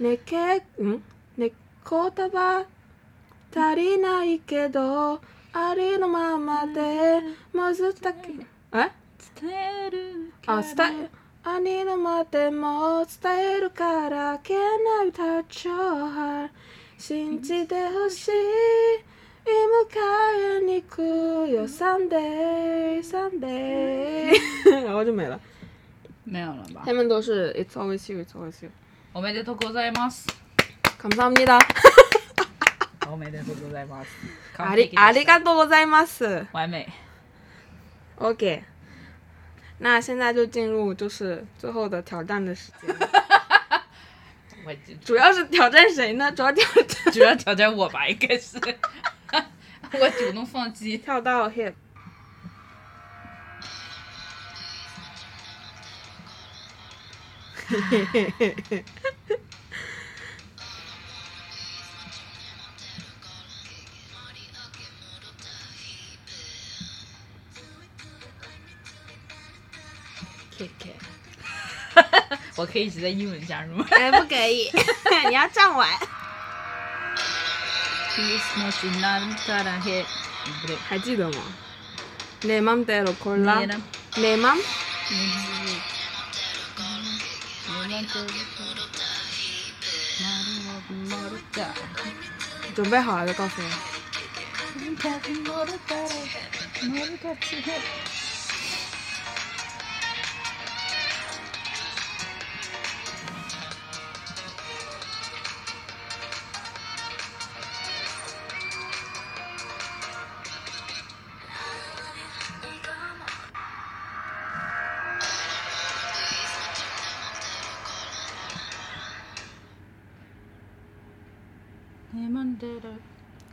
[SPEAKER 1] ルねけんね言葉足りないけどありのままでもずっとえあ伝えありのままでも伝えるからけないたちょは信じてほしい迎えに行くよ someday someday 然后就没了
[SPEAKER 2] 没有了吧
[SPEAKER 1] 下？面都是 it's always you it's always you
[SPEAKER 4] 我们的都ございます。
[SPEAKER 1] 감사합니다
[SPEAKER 2] 我没得说都在骂。
[SPEAKER 1] ありありがとうございます
[SPEAKER 4] 完美。
[SPEAKER 1] OK 那现在就进入就是最后的挑战的时间，
[SPEAKER 4] 我就
[SPEAKER 1] 主要是挑战谁呢？主要挑战
[SPEAKER 4] 主要挑战我吧，应该是。我主动放弃。
[SPEAKER 1] 跳到 hip。
[SPEAKER 4] K K。我可以一直在英文加入吗？
[SPEAKER 1] 哎，不可以， 你要站稳。
[SPEAKER 2] Christmas in a cara he，不对，
[SPEAKER 1] 还记得吗？내맘대로골라
[SPEAKER 2] 你呢？
[SPEAKER 1] 내맘准备好了就告诉我。
[SPEAKER 2] 내 맘대로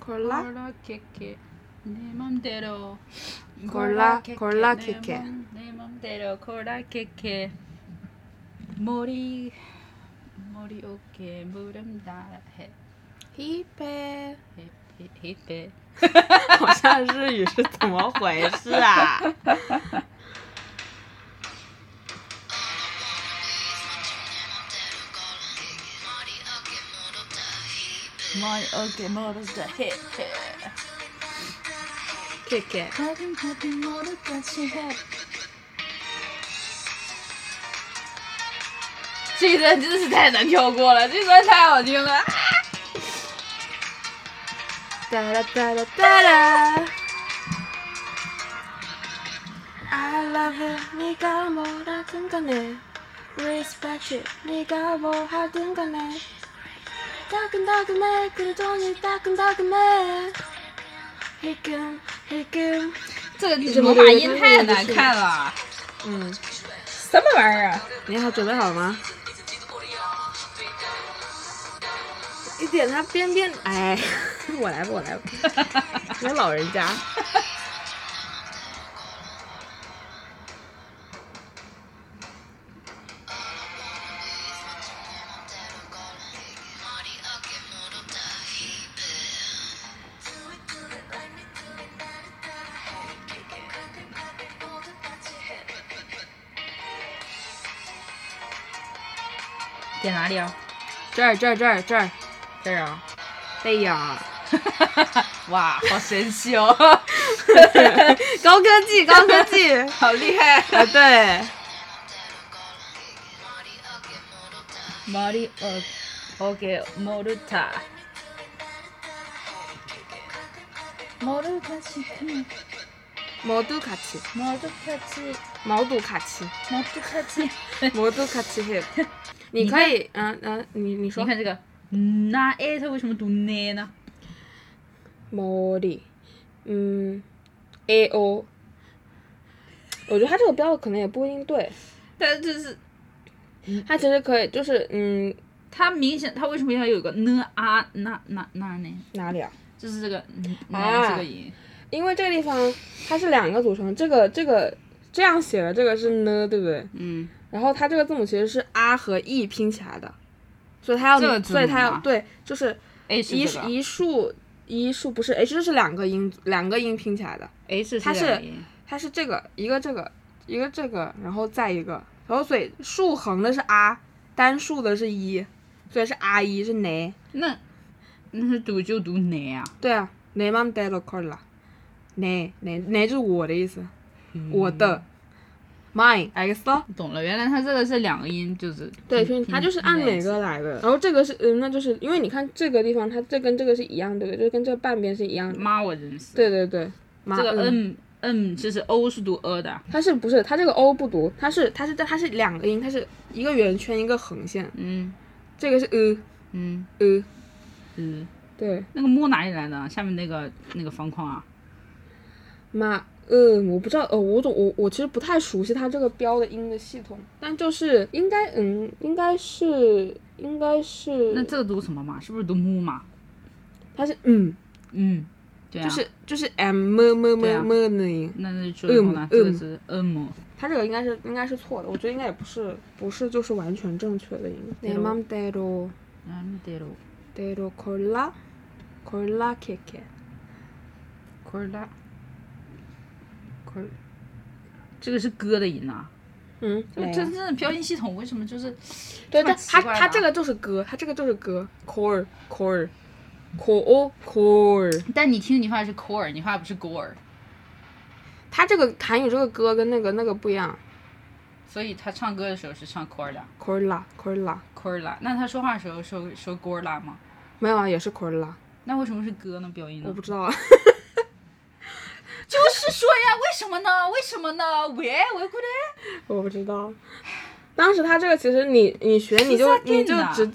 [SPEAKER 1] 골라
[SPEAKER 2] 골라 킬게 내 맘대로
[SPEAKER 1] 골라, 골라
[SPEAKER 2] 내
[SPEAKER 1] 킬게.
[SPEAKER 2] 맘- 내 맘대로 골라 킬게 머리 머리 어깨 무릎 다해
[SPEAKER 1] 힙해
[SPEAKER 2] 힙해
[SPEAKER 1] 好像日语是怎么回事 啊？
[SPEAKER 2] 머리 어깨 무릎 다해
[SPEAKER 1] K K，
[SPEAKER 2] 가슴 가슴 무릎까지 해
[SPEAKER 4] 这一段真的是太难跳过了，这一段太好听了。
[SPEAKER 1] 哒啦哒啦哒啦。I love you, 네가 뭐라든 간에 Respect you, 네가 뭐 하든 간에 따끈따끈해, 그 종이 따끈따끈해 힐끔, 힐끔
[SPEAKER 4] 这个怎么把音太难看了？
[SPEAKER 1] 嗯，
[SPEAKER 4] 什么玩意儿啊？
[SPEAKER 1] 你好，准备好了吗？你点它边边，哎，我来吧， 我来吧，你老人家。
[SPEAKER 2] 点哪里啊？
[SPEAKER 1] 这儿这儿这儿这儿，
[SPEAKER 2] 这儿啊。
[SPEAKER 1] 哎呀，
[SPEAKER 4] 哇，好神奇哦，
[SPEAKER 1] 高科技高科技
[SPEAKER 4] 好厉害！
[SPEAKER 1] 啊！对，
[SPEAKER 2] 毛利呃，OK，モルタ。モルタチ、
[SPEAKER 1] 毛肚卡奇，
[SPEAKER 2] モルタチ、
[SPEAKER 1] 毛肚卡奇，
[SPEAKER 2] モルタチ。
[SPEAKER 1] 毛肚卡奇 hip。你可以，嗯嗯、你你
[SPEAKER 2] 你
[SPEAKER 1] 说，
[SPEAKER 2] 看这个，那 a 它为什么读呢呢？
[SPEAKER 1] 毛利，嗯，a o。我觉得它这个标可能也不一定对，
[SPEAKER 2] 但就是
[SPEAKER 1] 它其实可以就是嗯
[SPEAKER 2] 它明显，它为什么要有个呢啊那那那呢？
[SPEAKER 1] 哪里啊？
[SPEAKER 2] 就是这个嗯
[SPEAKER 1] 啊
[SPEAKER 2] 那这个音。
[SPEAKER 1] 因为这个地方它是两个组成，这个这个这样写的这个是呢，对不对？
[SPEAKER 2] 嗯，
[SPEAKER 1] 然后它这个字母其实是 r 和 e 拼起来的，所以它要，
[SPEAKER 2] 这个字母
[SPEAKER 1] 所以它要
[SPEAKER 2] 啊
[SPEAKER 1] 对，就是
[SPEAKER 2] 哎
[SPEAKER 1] 一
[SPEAKER 2] 是这个
[SPEAKER 1] 一竖一竖不是 h 就是两个音两个音拼起来的，
[SPEAKER 2] H
[SPEAKER 1] 它
[SPEAKER 2] 是
[SPEAKER 1] 是
[SPEAKER 2] 两个音
[SPEAKER 1] 它是这个一个这个一个这个，然后再一个，然后所以竖横的是 r，单数的是一，所以是 r 一是 ne，
[SPEAKER 2] 那那是读就读呢啊？
[SPEAKER 1] 对啊，ne mam de lo cola。ne ne ne 就是我的意思，
[SPEAKER 2] 嗯
[SPEAKER 1] 我的，mine x 咯，
[SPEAKER 2] 懂了，原来它这个是两个音，就是
[SPEAKER 1] 对，
[SPEAKER 2] 拼
[SPEAKER 1] 拼它
[SPEAKER 2] 拼
[SPEAKER 1] 就是按
[SPEAKER 2] 拼在
[SPEAKER 1] 哪
[SPEAKER 2] 一起
[SPEAKER 1] 个来的。然后这个是，嗯，那就是因为你看这个地方，它这跟这个是一样，对不对？就跟这个半边是一样的。
[SPEAKER 2] 妈，我真是。
[SPEAKER 1] 对对对，妈
[SPEAKER 2] 这个
[SPEAKER 1] 嗯
[SPEAKER 2] n n 就是 o 是读 e 的，
[SPEAKER 1] 它是不是它这个 o 不读，它是它是它是两个音，它是一个圆圈一个横线，
[SPEAKER 2] 嗯
[SPEAKER 1] 这个是呃
[SPEAKER 2] 嗯
[SPEAKER 1] 呃，
[SPEAKER 2] 嗯。
[SPEAKER 1] 对，
[SPEAKER 2] 那个摸哪里来的？下面那个那个方框啊？
[SPEAKER 1] 妈嗯，我不知道，呃，我总我我其实不太熟悉它这个标的音的系统，但就是应该嗯，应该是应该是，
[SPEAKER 2] 那这个读什么嘛？是不是读木嘛？
[SPEAKER 1] 它是嗯，
[SPEAKER 2] 嗯，对啊。
[SPEAKER 1] 就是就是 m m m
[SPEAKER 2] 对啊
[SPEAKER 1] m 的音，
[SPEAKER 2] 那那就说了
[SPEAKER 1] 嗯，
[SPEAKER 2] 这个
[SPEAKER 1] 嗯
[SPEAKER 2] 是 m。
[SPEAKER 1] 它这个应该是应该是错的，我觉得应该也不是不是就是完全正确的音。
[SPEAKER 2] 对
[SPEAKER 1] 내
[SPEAKER 2] 咯
[SPEAKER 1] 맘대로
[SPEAKER 2] 嗯，对喽。
[SPEAKER 1] 대로골라골라케케
[SPEAKER 2] 可拉，可。这个是歌的音啊，
[SPEAKER 1] 嗯，
[SPEAKER 4] 就
[SPEAKER 1] 没
[SPEAKER 4] 真
[SPEAKER 1] 了
[SPEAKER 4] 正的标音系统为什么就是
[SPEAKER 1] 对，
[SPEAKER 4] 这
[SPEAKER 1] 但
[SPEAKER 4] 么奇
[SPEAKER 1] 它
[SPEAKER 4] 怪
[SPEAKER 2] 啊
[SPEAKER 1] 它
[SPEAKER 4] 的
[SPEAKER 1] 这个就是歌，它这个就是歌，core core core core，
[SPEAKER 2] 但你听你发现是 core，你发现不是 gore，
[SPEAKER 1] 它这个韩语这个歌跟那个那个不一样
[SPEAKER 2] 所以他唱歌的时候是唱 core 的
[SPEAKER 1] ，core la core la，
[SPEAKER 2] ，core 啦。那他说话的时候说说 gore 啦吗？
[SPEAKER 1] 没有啊，也是 core la，
[SPEAKER 2] 那为什么是歌呢？标音
[SPEAKER 1] 我
[SPEAKER 2] 呢
[SPEAKER 1] 不？知道啊，
[SPEAKER 4] 就是说呀，为什么呢？为什么呢？喂喂，过来，
[SPEAKER 1] 我不知道。当时他这个其实你你学你就
[SPEAKER 2] 定
[SPEAKER 1] 你就
[SPEAKER 2] 的
[SPEAKER 1] 直。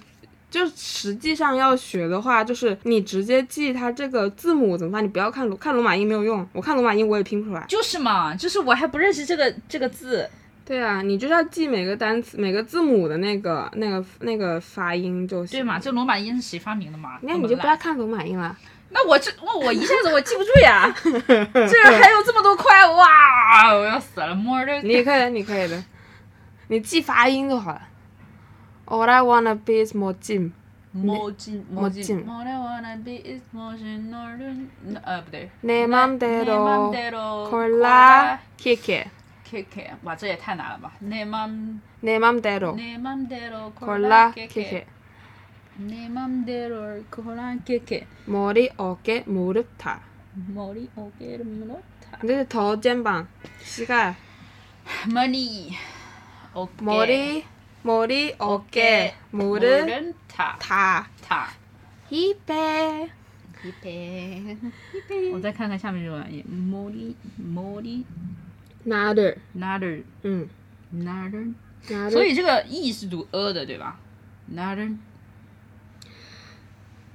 [SPEAKER 1] 就实际上要学的话，就是你直接记它这个字母怎么发，你不要看罗看罗马音没有用，我看罗马音我也拼不出来。
[SPEAKER 2] 就是嘛，就是我还不认识这个这个字，
[SPEAKER 1] 对啊，你就是要记每个单词、每个字母的那个、那个、那个发音就行。
[SPEAKER 2] 对嘛？这罗马音是谁发明的嘛？
[SPEAKER 1] 那
[SPEAKER 2] 这
[SPEAKER 1] 你
[SPEAKER 2] 么
[SPEAKER 1] 就不
[SPEAKER 2] 烂
[SPEAKER 1] 要看罗马音 了。
[SPEAKER 2] 那我这我我一下子我记不住呀，这还有这么多块哇！我要死了，摸着
[SPEAKER 1] 你也可以的，你可以的，你记发音就好了。All I wanna be is more Jim。
[SPEAKER 4] 墨镜
[SPEAKER 1] 墨镜
[SPEAKER 4] ，All I wanna be is motion northern，呃不对
[SPEAKER 1] 내 맘대로 콜라
[SPEAKER 4] 콜라
[SPEAKER 1] 키키。
[SPEAKER 4] KK，哇，这也太难了吧？내 맘,
[SPEAKER 1] 내 맘대로
[SPEAKER 4] 내 맘대로 콜라
[SPEAKER 1] 콜라
[SPEAKER 4] KK，
[SPEAKER 1] 키키.
[SPEAKER 4] 내 맘대로 콜라 KK，
[SPEAKER 1] 머리, 어깨, 무릎 다.
[SPEAKER 4] 머리 어깨를 물었다.
[SPEAKER 1] 근데 더肩膀, 시가.
[SPEAKER 4] 머리, 어깨,
[SPEAKER 1] 머리, 머리, 어깨,
[SPEAKER 4] 어깨,
[SPEAKER 1] 무릎
[SPEAKER 4] 물은 다,
[SPEAKER 1] 다.
[SPEAKER 4] 다.
[SPEAKER 1] 히베.
[SPEAKER 2] 我再看看下面这个玩意，mori mori
[SPEAKER 1] 나를.
[SPEAKER 2] nader
[SPEAKER 1] 응.
[SPEAKER 2] nader，
[SPEAKER 1] 나를.
[SPEAKER 2] 所以这个 e 是读 e 的对吧？nader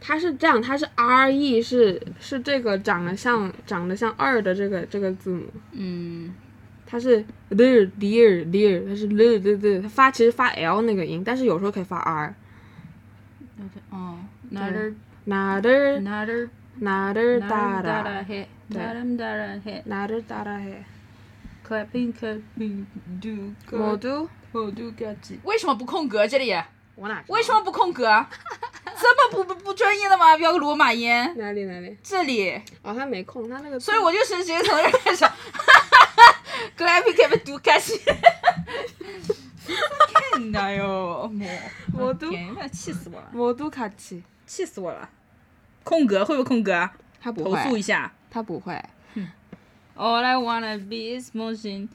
[SPEAKER 1] 它是这样，它是 R E 是是这个长得像长得像二的这个这个字母，
[SPEAKER 2] 嗯
[SPEAKER 1] 它是 l dear dear，它是 l l l，它发其实发 L 那个音，但是有时候可以发 R。
[SPEAKER 2] 哦 nader
[SPEAKER 1] 哪的
[SPEAKER 2] nader
[SPEAKER 1] 哪的哒
[SPEAKER 2] nader 哒
[SPEAKER 1] 哒
[SPEAKER 2] 哒嘿
[SPEAKER 1] 对
[SPEAKER 2] nader 哒哒嘿
[SPEAKER 1] 哪的哒哒嘿，
[SPEAKER 2] clapping clapping do
[SPEAKER 1] 我都
[SPEAKER 2] go do get
[SPEAKER 4] 为什么不空格？这里
[SPEAKER 1] 我哪知道
[SPEAKER 4] 为什么不空格？这么不不不专业的吗？标个罗马音，
[SPEAKER 1] 哪里哪里？
[SPEAKER 4] 这里，
[SPEAKER 1] 哦，他没空，他那个字
[SPEAKER 4] 所以我就直接从这儿开 始。格莱皮给们读开心，
[SPEAKER 2] んだ よ。もう，
[SPEAKER 1] 我都
[SPEAKER 2] 天呐，气死我了，
[SPEAKER 1] 我都卡奇，
[SPEAKER 2] 气死我了。空格会不会空格啊？
[SPEAKER 1] 他不
[SPEAKER 2] 投诉一
[SPEAKER 1] 会，
[SPEAKER 2] 下。
[SPEAKER 1] 他不会。
[SPEAKER 2] All I wanna be is motion.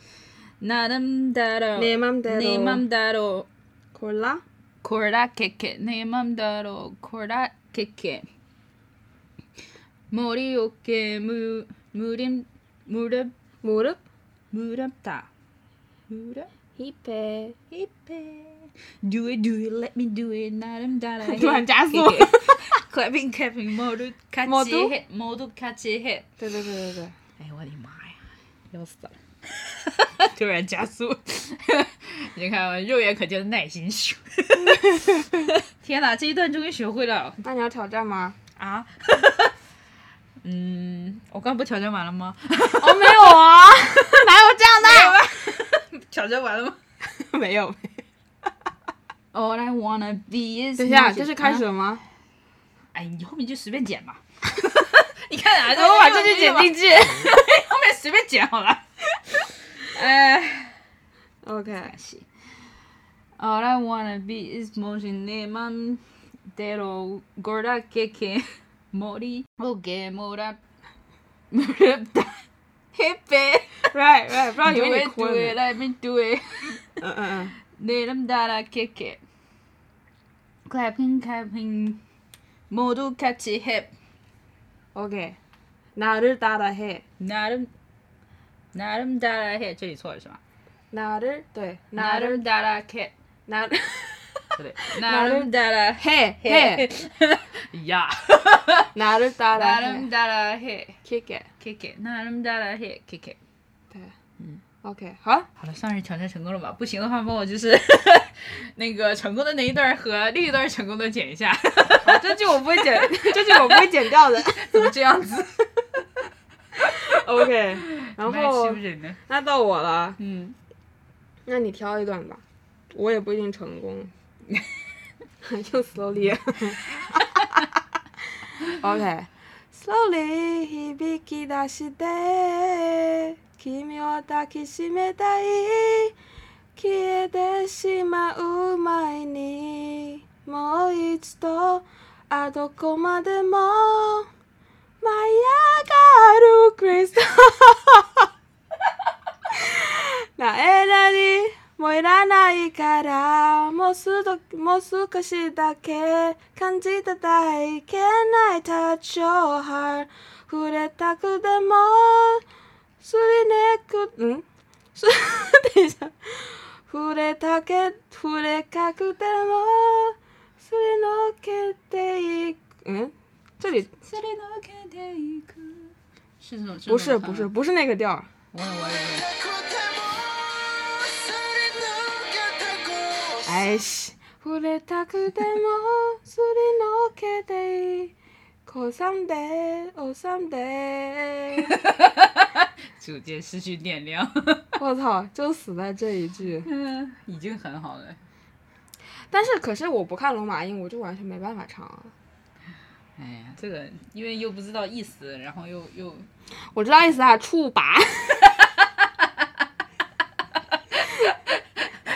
[SPEAKER 2] Nadam daro.
[SPEAKER 1] Nemam daro.
[SPEAKER 2] Nemam daro.
[SPEAKER 1] Cola
[SPEAKER 2] Korda keke. Nemam daro. Korda keke. Mori oke mu murim murab
[SPEAKER 1] muru
[SPEAKER 2] murabta. Murab
[SPEAKER 1] hipe，
[SPEAKER 2] hippe. Do it, do it, let me do it. Nadam daro.
[SPEAKER 1] 乱加速
[SPEAKER 2] Clapping, clapping. Modu kachi
[SPEAKER 1] 모두?
[SPEAKER 2] hit. Modu kachi hit.
[SPEAKER 1] 对对对对对，
[SPEAKER 2] 哎，我的妈呀，要 死了！突然加 速，你看肉眼可见的耐心数。 天哪，这一段终于学会了
[SPEAKER 1] 那你要挑战吗？
[SPEAKER 2] 啊！嗯，我刚不挑战完了 吗？
[SPEAKER 1] 我、没 有啊，哪有这 样
[SPEAKER 2] 挑战完了吗
[SPEAKER 1] 的？没有。
[SPEAKER 2] ？All Oh, I wanna be is
[SPEAKER 1] 等一下，这是开始。了吗？
[SPEAKER 2] 哎，你后面就随便剪 吧。你看啊，
[SPEAKER 1] 我把这句剪进去。
[SPEAKER 2] 后面随便剪好 了。哎。
[SPEAKER 1] OK，
[SPEAKER 2] All I wanna be is motion neman dero gorda keke mori oge mora murapta hepe
[SPEAKER 1] right right，不知道
[SPEAKER 2] do
[SPEAKER 1] 以为你
[SPEAKER 2] it
[SPEAKER 1] 哭了
[SPEAKER 2] do it
[SPEAKER 1] 呢。
[SPEAKER 2] let me do it
[SPEAKER 1] 嗯嗯嗯，
[SPEAKER 2] neram dara keke clapping clapping 모두 같이 해
[SPEAKER 1] OK，나를따라해，
[SPEAKER 2] 나름 나름 따라 해这里错了是吗
[SPEAKER 1] 나를对，나를
[SPEAKER 2] 나름 따라 해
[SPEAKER 1] 나를
[SPEAKER 2] 对 나름 따라
[SPEAKER 1] 해 해，
[SPEAKER 2] 야
[SPEAKER 1] 나를따라
[SPEAKER 2] 나름
[SPEAKER 1] 해
[SPEAKER 2] 따라 해
[SPEAKER 1] kick it，
[SPEAKER 2] KK，那咱们大大嘿 KK。
[SPEAKER 1] 对，OK，好，
[SPEAKER 2] 好了，算是挑战成功了吧？不行的话，帮我就是 那个成功的那一段儿和另一段儿成功的剪 一下，
[SPEAKER 1] 这句我不会 剪， 这句我不会剪掉的。
[SPEAKER 2] 怎么这样子？
[SPEAKER 1] OK，然
[SPEAKER 2] 妈呀
[SPEAKER 1] 后
[SPEAKER 2] 欺负人呢？
[SPEAKER 1] 那到我了，
[SPEAKER 2] 嗯，
[SPEAKER 1] 那你挑一段吧，我也不一定成功。 又 slowly。OK。slowly 響き出して君を抱きしめたい消えてしまう前にもう一度あどこまでも舞い上がるクリスタル なえらにもいらないからもうすどもう少しだけ感じてたいけない touch your heart 触れたくでもすりねくん す等一下触れたけ触れかくてもすりのけていくん这里
[SPEAKER 2] 是这种？
[SPEAKER 1] 不是不是，不是那个调儿
[SPEAKER 2] 我也我也我也。
[SPEAKER 1] 哎西，触れたくてもすりのけていいこさんでおさんで
[SPEAKER 2] 逐渐失去电量，
[SPEAKER 1] 我操，就死在这一句。
[SPEAKER 2] 嗯，已经很好了。
[SPEAKER 1] 但是可是我不看罗马音，我就完全没办法唱啊。
[SPEAKER 2] 哎呀，这个因为又不知道意思，然后又又
[SPEAKER 1] 我知道意思啊，触 拔。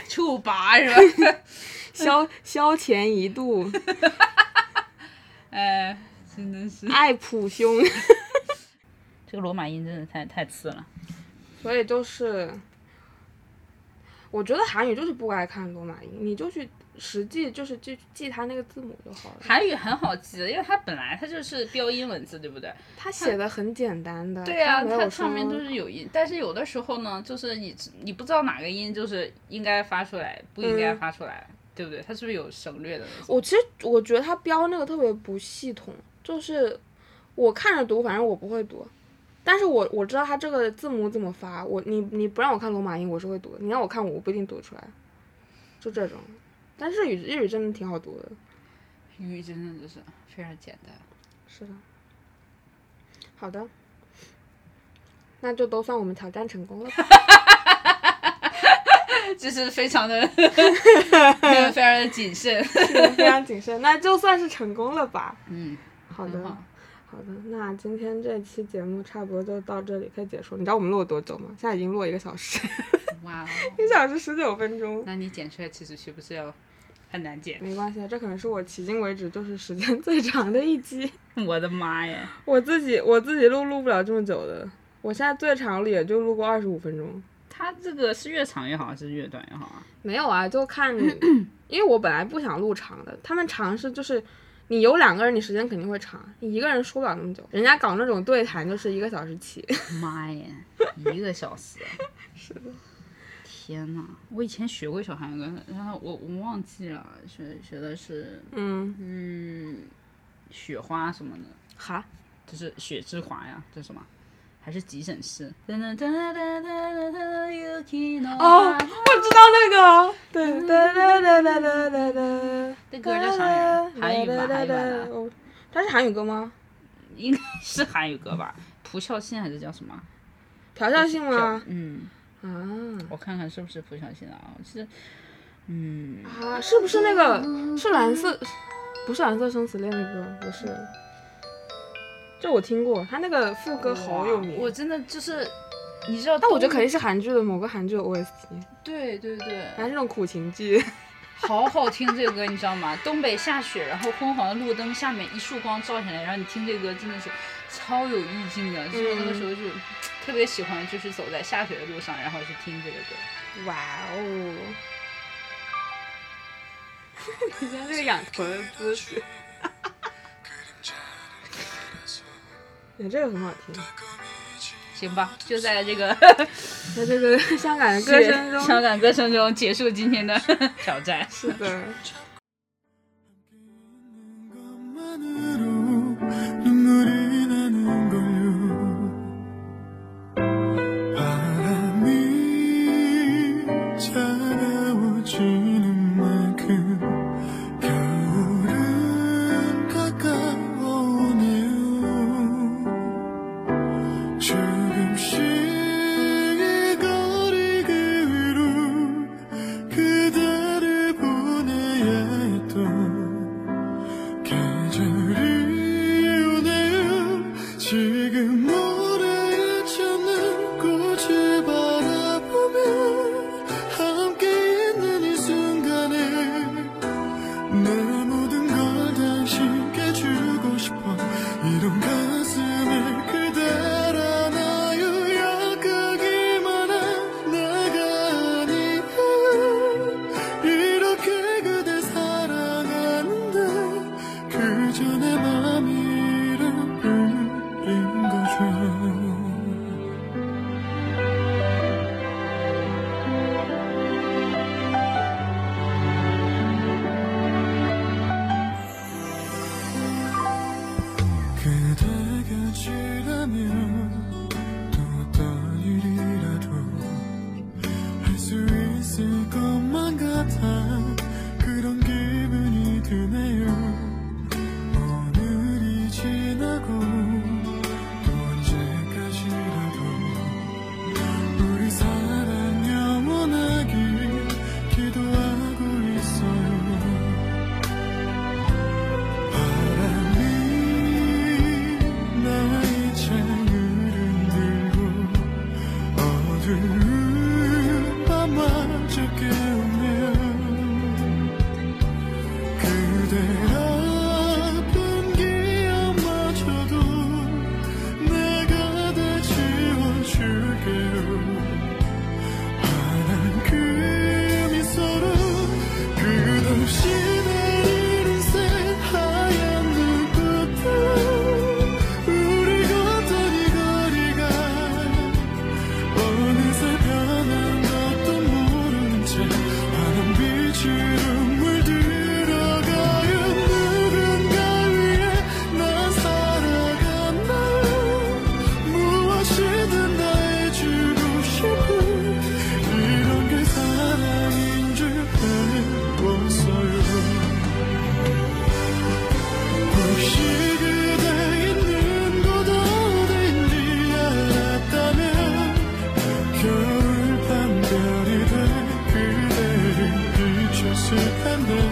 [SPEAKER 2] 触拔是吧？
[SPEAKER 1] 消消前一 度，
[SPEAKER 2] 哎，真的是
[SPEAKER 1] 爱普兄。
[SPEAKER 2] 这个罗马音真的太太次了。
[SPEAKER 1] 所以就是，我觉得韩语就是不该看罗马音，你就去实际就是去记它那个字母就好了。
[SPEAKER 2] 韩语很好记的，因为它本来它就是标音文字，对不对？
[SPEAKER 1] 它写的很简单的，
[SPEAKER 2] 对啊，
[SPEAKER 1] 没有
[SPEAKER 2] 它上面
[SPEAKER 1] 说
[SPEAKER 2] 都是有音，但是有的时候呢，就是你你不知道哪个音就是应该发出来，不应该
[SPEAKER 1] 嗯
[SPEAKER 2] 发出来，对不对？它是不是有省略的那种？
[SPEAKER 1] 我其实我觉得他标那个特别不系统，就是我看着读，反正我不会读，但是我我知道他这个字母怎么发。我你你不让我看罗马音，我是会读的；你让我看我，我不一定读得出来，就这种。但是日语日语真的挺好读的，
[SPEAKER 2] 英语真的就是非常简单。
[SPEAKER 1] 是的。好的，那就都算我们挑战成功了吧。
[SPEAKER 2] 就是非常 的非 常的谨慎。
[SPEAKER 1] 非常谨慎，那就算是成功了吧。
[SPEAKER 2] 嗯，
[SPEAKER 1] 好
[SPEAKER 2] 很
[SPEAKER 1] 的，
[SPEAKER 2] 好。
[SPEAKER 1] 好的，那今天这期节目差不多就到这里，可以结束。你知道我们录了多久吗？现在已经录了一个小时，
[SPEAKER 2] 哇哦，
[SPEAKER 1] 一小时十九分钟。
[SPEAKER 2] 那你剪出来其实是不是要很难剪？
[SPEAKER 1] 哎没关系，啊这可能是我迄今为止就是时间 最长的一期。
[SPEAKER 2] 我的妈呀！
[SPEAKER 1] 我自己我自己录录不了这么久的，我现在最长也就录过二十五分钟。
[SPEAKER 2] 它这个是越长越好还是越短越好啊？
[SPEAKER 1] 没有啊，就看， 因为我本来不想录长的，他们长是就是你有两个人，你时间肯定会长，你一个人说不了那么久。人家搞那种对谈就是一个小时起，
[SPEAKER 2] 妈呀，一个小 时！
[SPEAKER 1] 是的，
[SPEAKER 2] 天呐，我以前学过一首韩语歌，然后我我忘记了，学学的是
[SPEAKER 1] 嗯，
[SPEAKER 2] 嗯雪花什么的，
[SPEAKER 1] 好，
[SPEAKER 2] 就是雪之华呀，这是什么？还是急诊室？哦
[SPEAKER 1] 哦，我知道那个，哦对，哒哒哒哒哒哒哒，
[SPEAKER 2] 这歌叫啥呀？韩语吧，韩语版的，
[SPEAKER 1] 我哦它是韩语歌吗？
[SPEAKER 2] 应该是韩语歌吧？朴孝信还是叫什么？
[SPEAKER 1] 朴孝信吗？
[SPEAKER 2] 嗯，
[SPEAKER 1] 啊
[SPEAKER 2] 我看看是不是朴孝信啊？我记得，嗯，
[SPEAKER 1] 啊，是不是那个是蓝色？不是蓝色生死恋的歌，不是。这我听过，他那个副歌好有名。
[SPEAKER 4] 我真的就是，你知道，
[SPEAKER 1] 但我觉得肯定是韩剧的某个韩剧的 OST，
[SPEAKER 4] 对对对，
[SPEAKER 1] 反正这种苦情剧。
[SPEAKER 4] 好好听这个 歌，你知道吗？东北下雪，然后昏黄的路灯下面一束光照下来，然后你听这歌真的是超有意境的。所以那个时候就特别喜欢，就是走在下雪的路上，然后去听这个歌。
[SPEAKER 1] 哇哦！ 你像这个仰头的姿势， 哎，这个很好听。
[SPEAKER 2] 行吧，就在这个
[SPEAKER 1] 在这个香港的歌声
[SPEAKER 2] 雪
[SPEAKER 1] 中，
[SPEAKER 2] 伤感歌声中结束今天的 挑战。
[SPEAKER 1] 是的。
[SPEAKER 3] 것만으로 눈물이 나는 걸요 바람이 차가워지는 만큼 겨울은 가까워오네요 조금씩 거리 그로 그대를 보내야 했던 계절이 오네요 지금 노래에 젖는 꽃을 바라보며 함께 있는 이 순간에 내 모든 걸 당신께 주고 싶어 이런 가슴에 그댈 안아요 약하기만 한 내가 아니야 이렇게 그댈 사랑하는데 그저 내 맘이 이름 불린 거죠 그대 곁이라면 또 어떤 일이라도 할 수 있을 것만 같아 그런 기분이 드네요 오늘이 지나고 또 언제까지라도 우리 사랑 영원하길 기도하고 있어요 바람이 나의 창을 흔들고 어두운 밤마저 깨우면 그대 아픈 기억마저도 내가 다 지워줄게요 환한 금이 서로 끝없이 내리는 새하얀 눈꽃들 우리 걷던 이 거리가 어느새 변한 것도 모르는 채 환한 빛으로 물들어가요 누군가 위해 난 살아간다 무엇이든 다 해주고 싶은 이런 게 사랑인 줄 배웠어요 혹시 그대 있는 곳 어딘지 알았다면 겨울밤 별이 돼 그대를 비췄을 텐데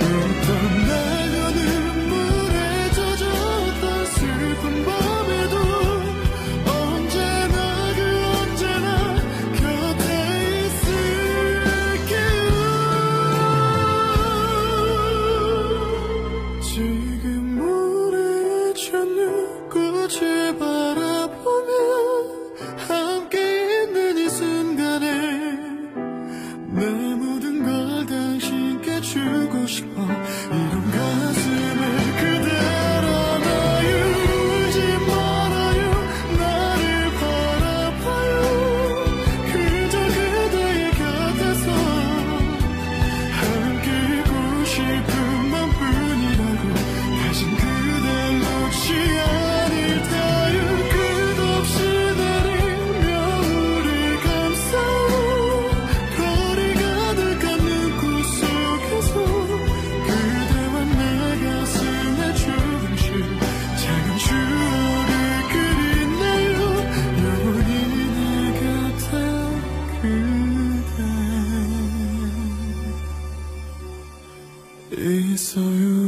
[SPEAKER 3] 어떤 날도 눈물에 젖었던 수그 있어요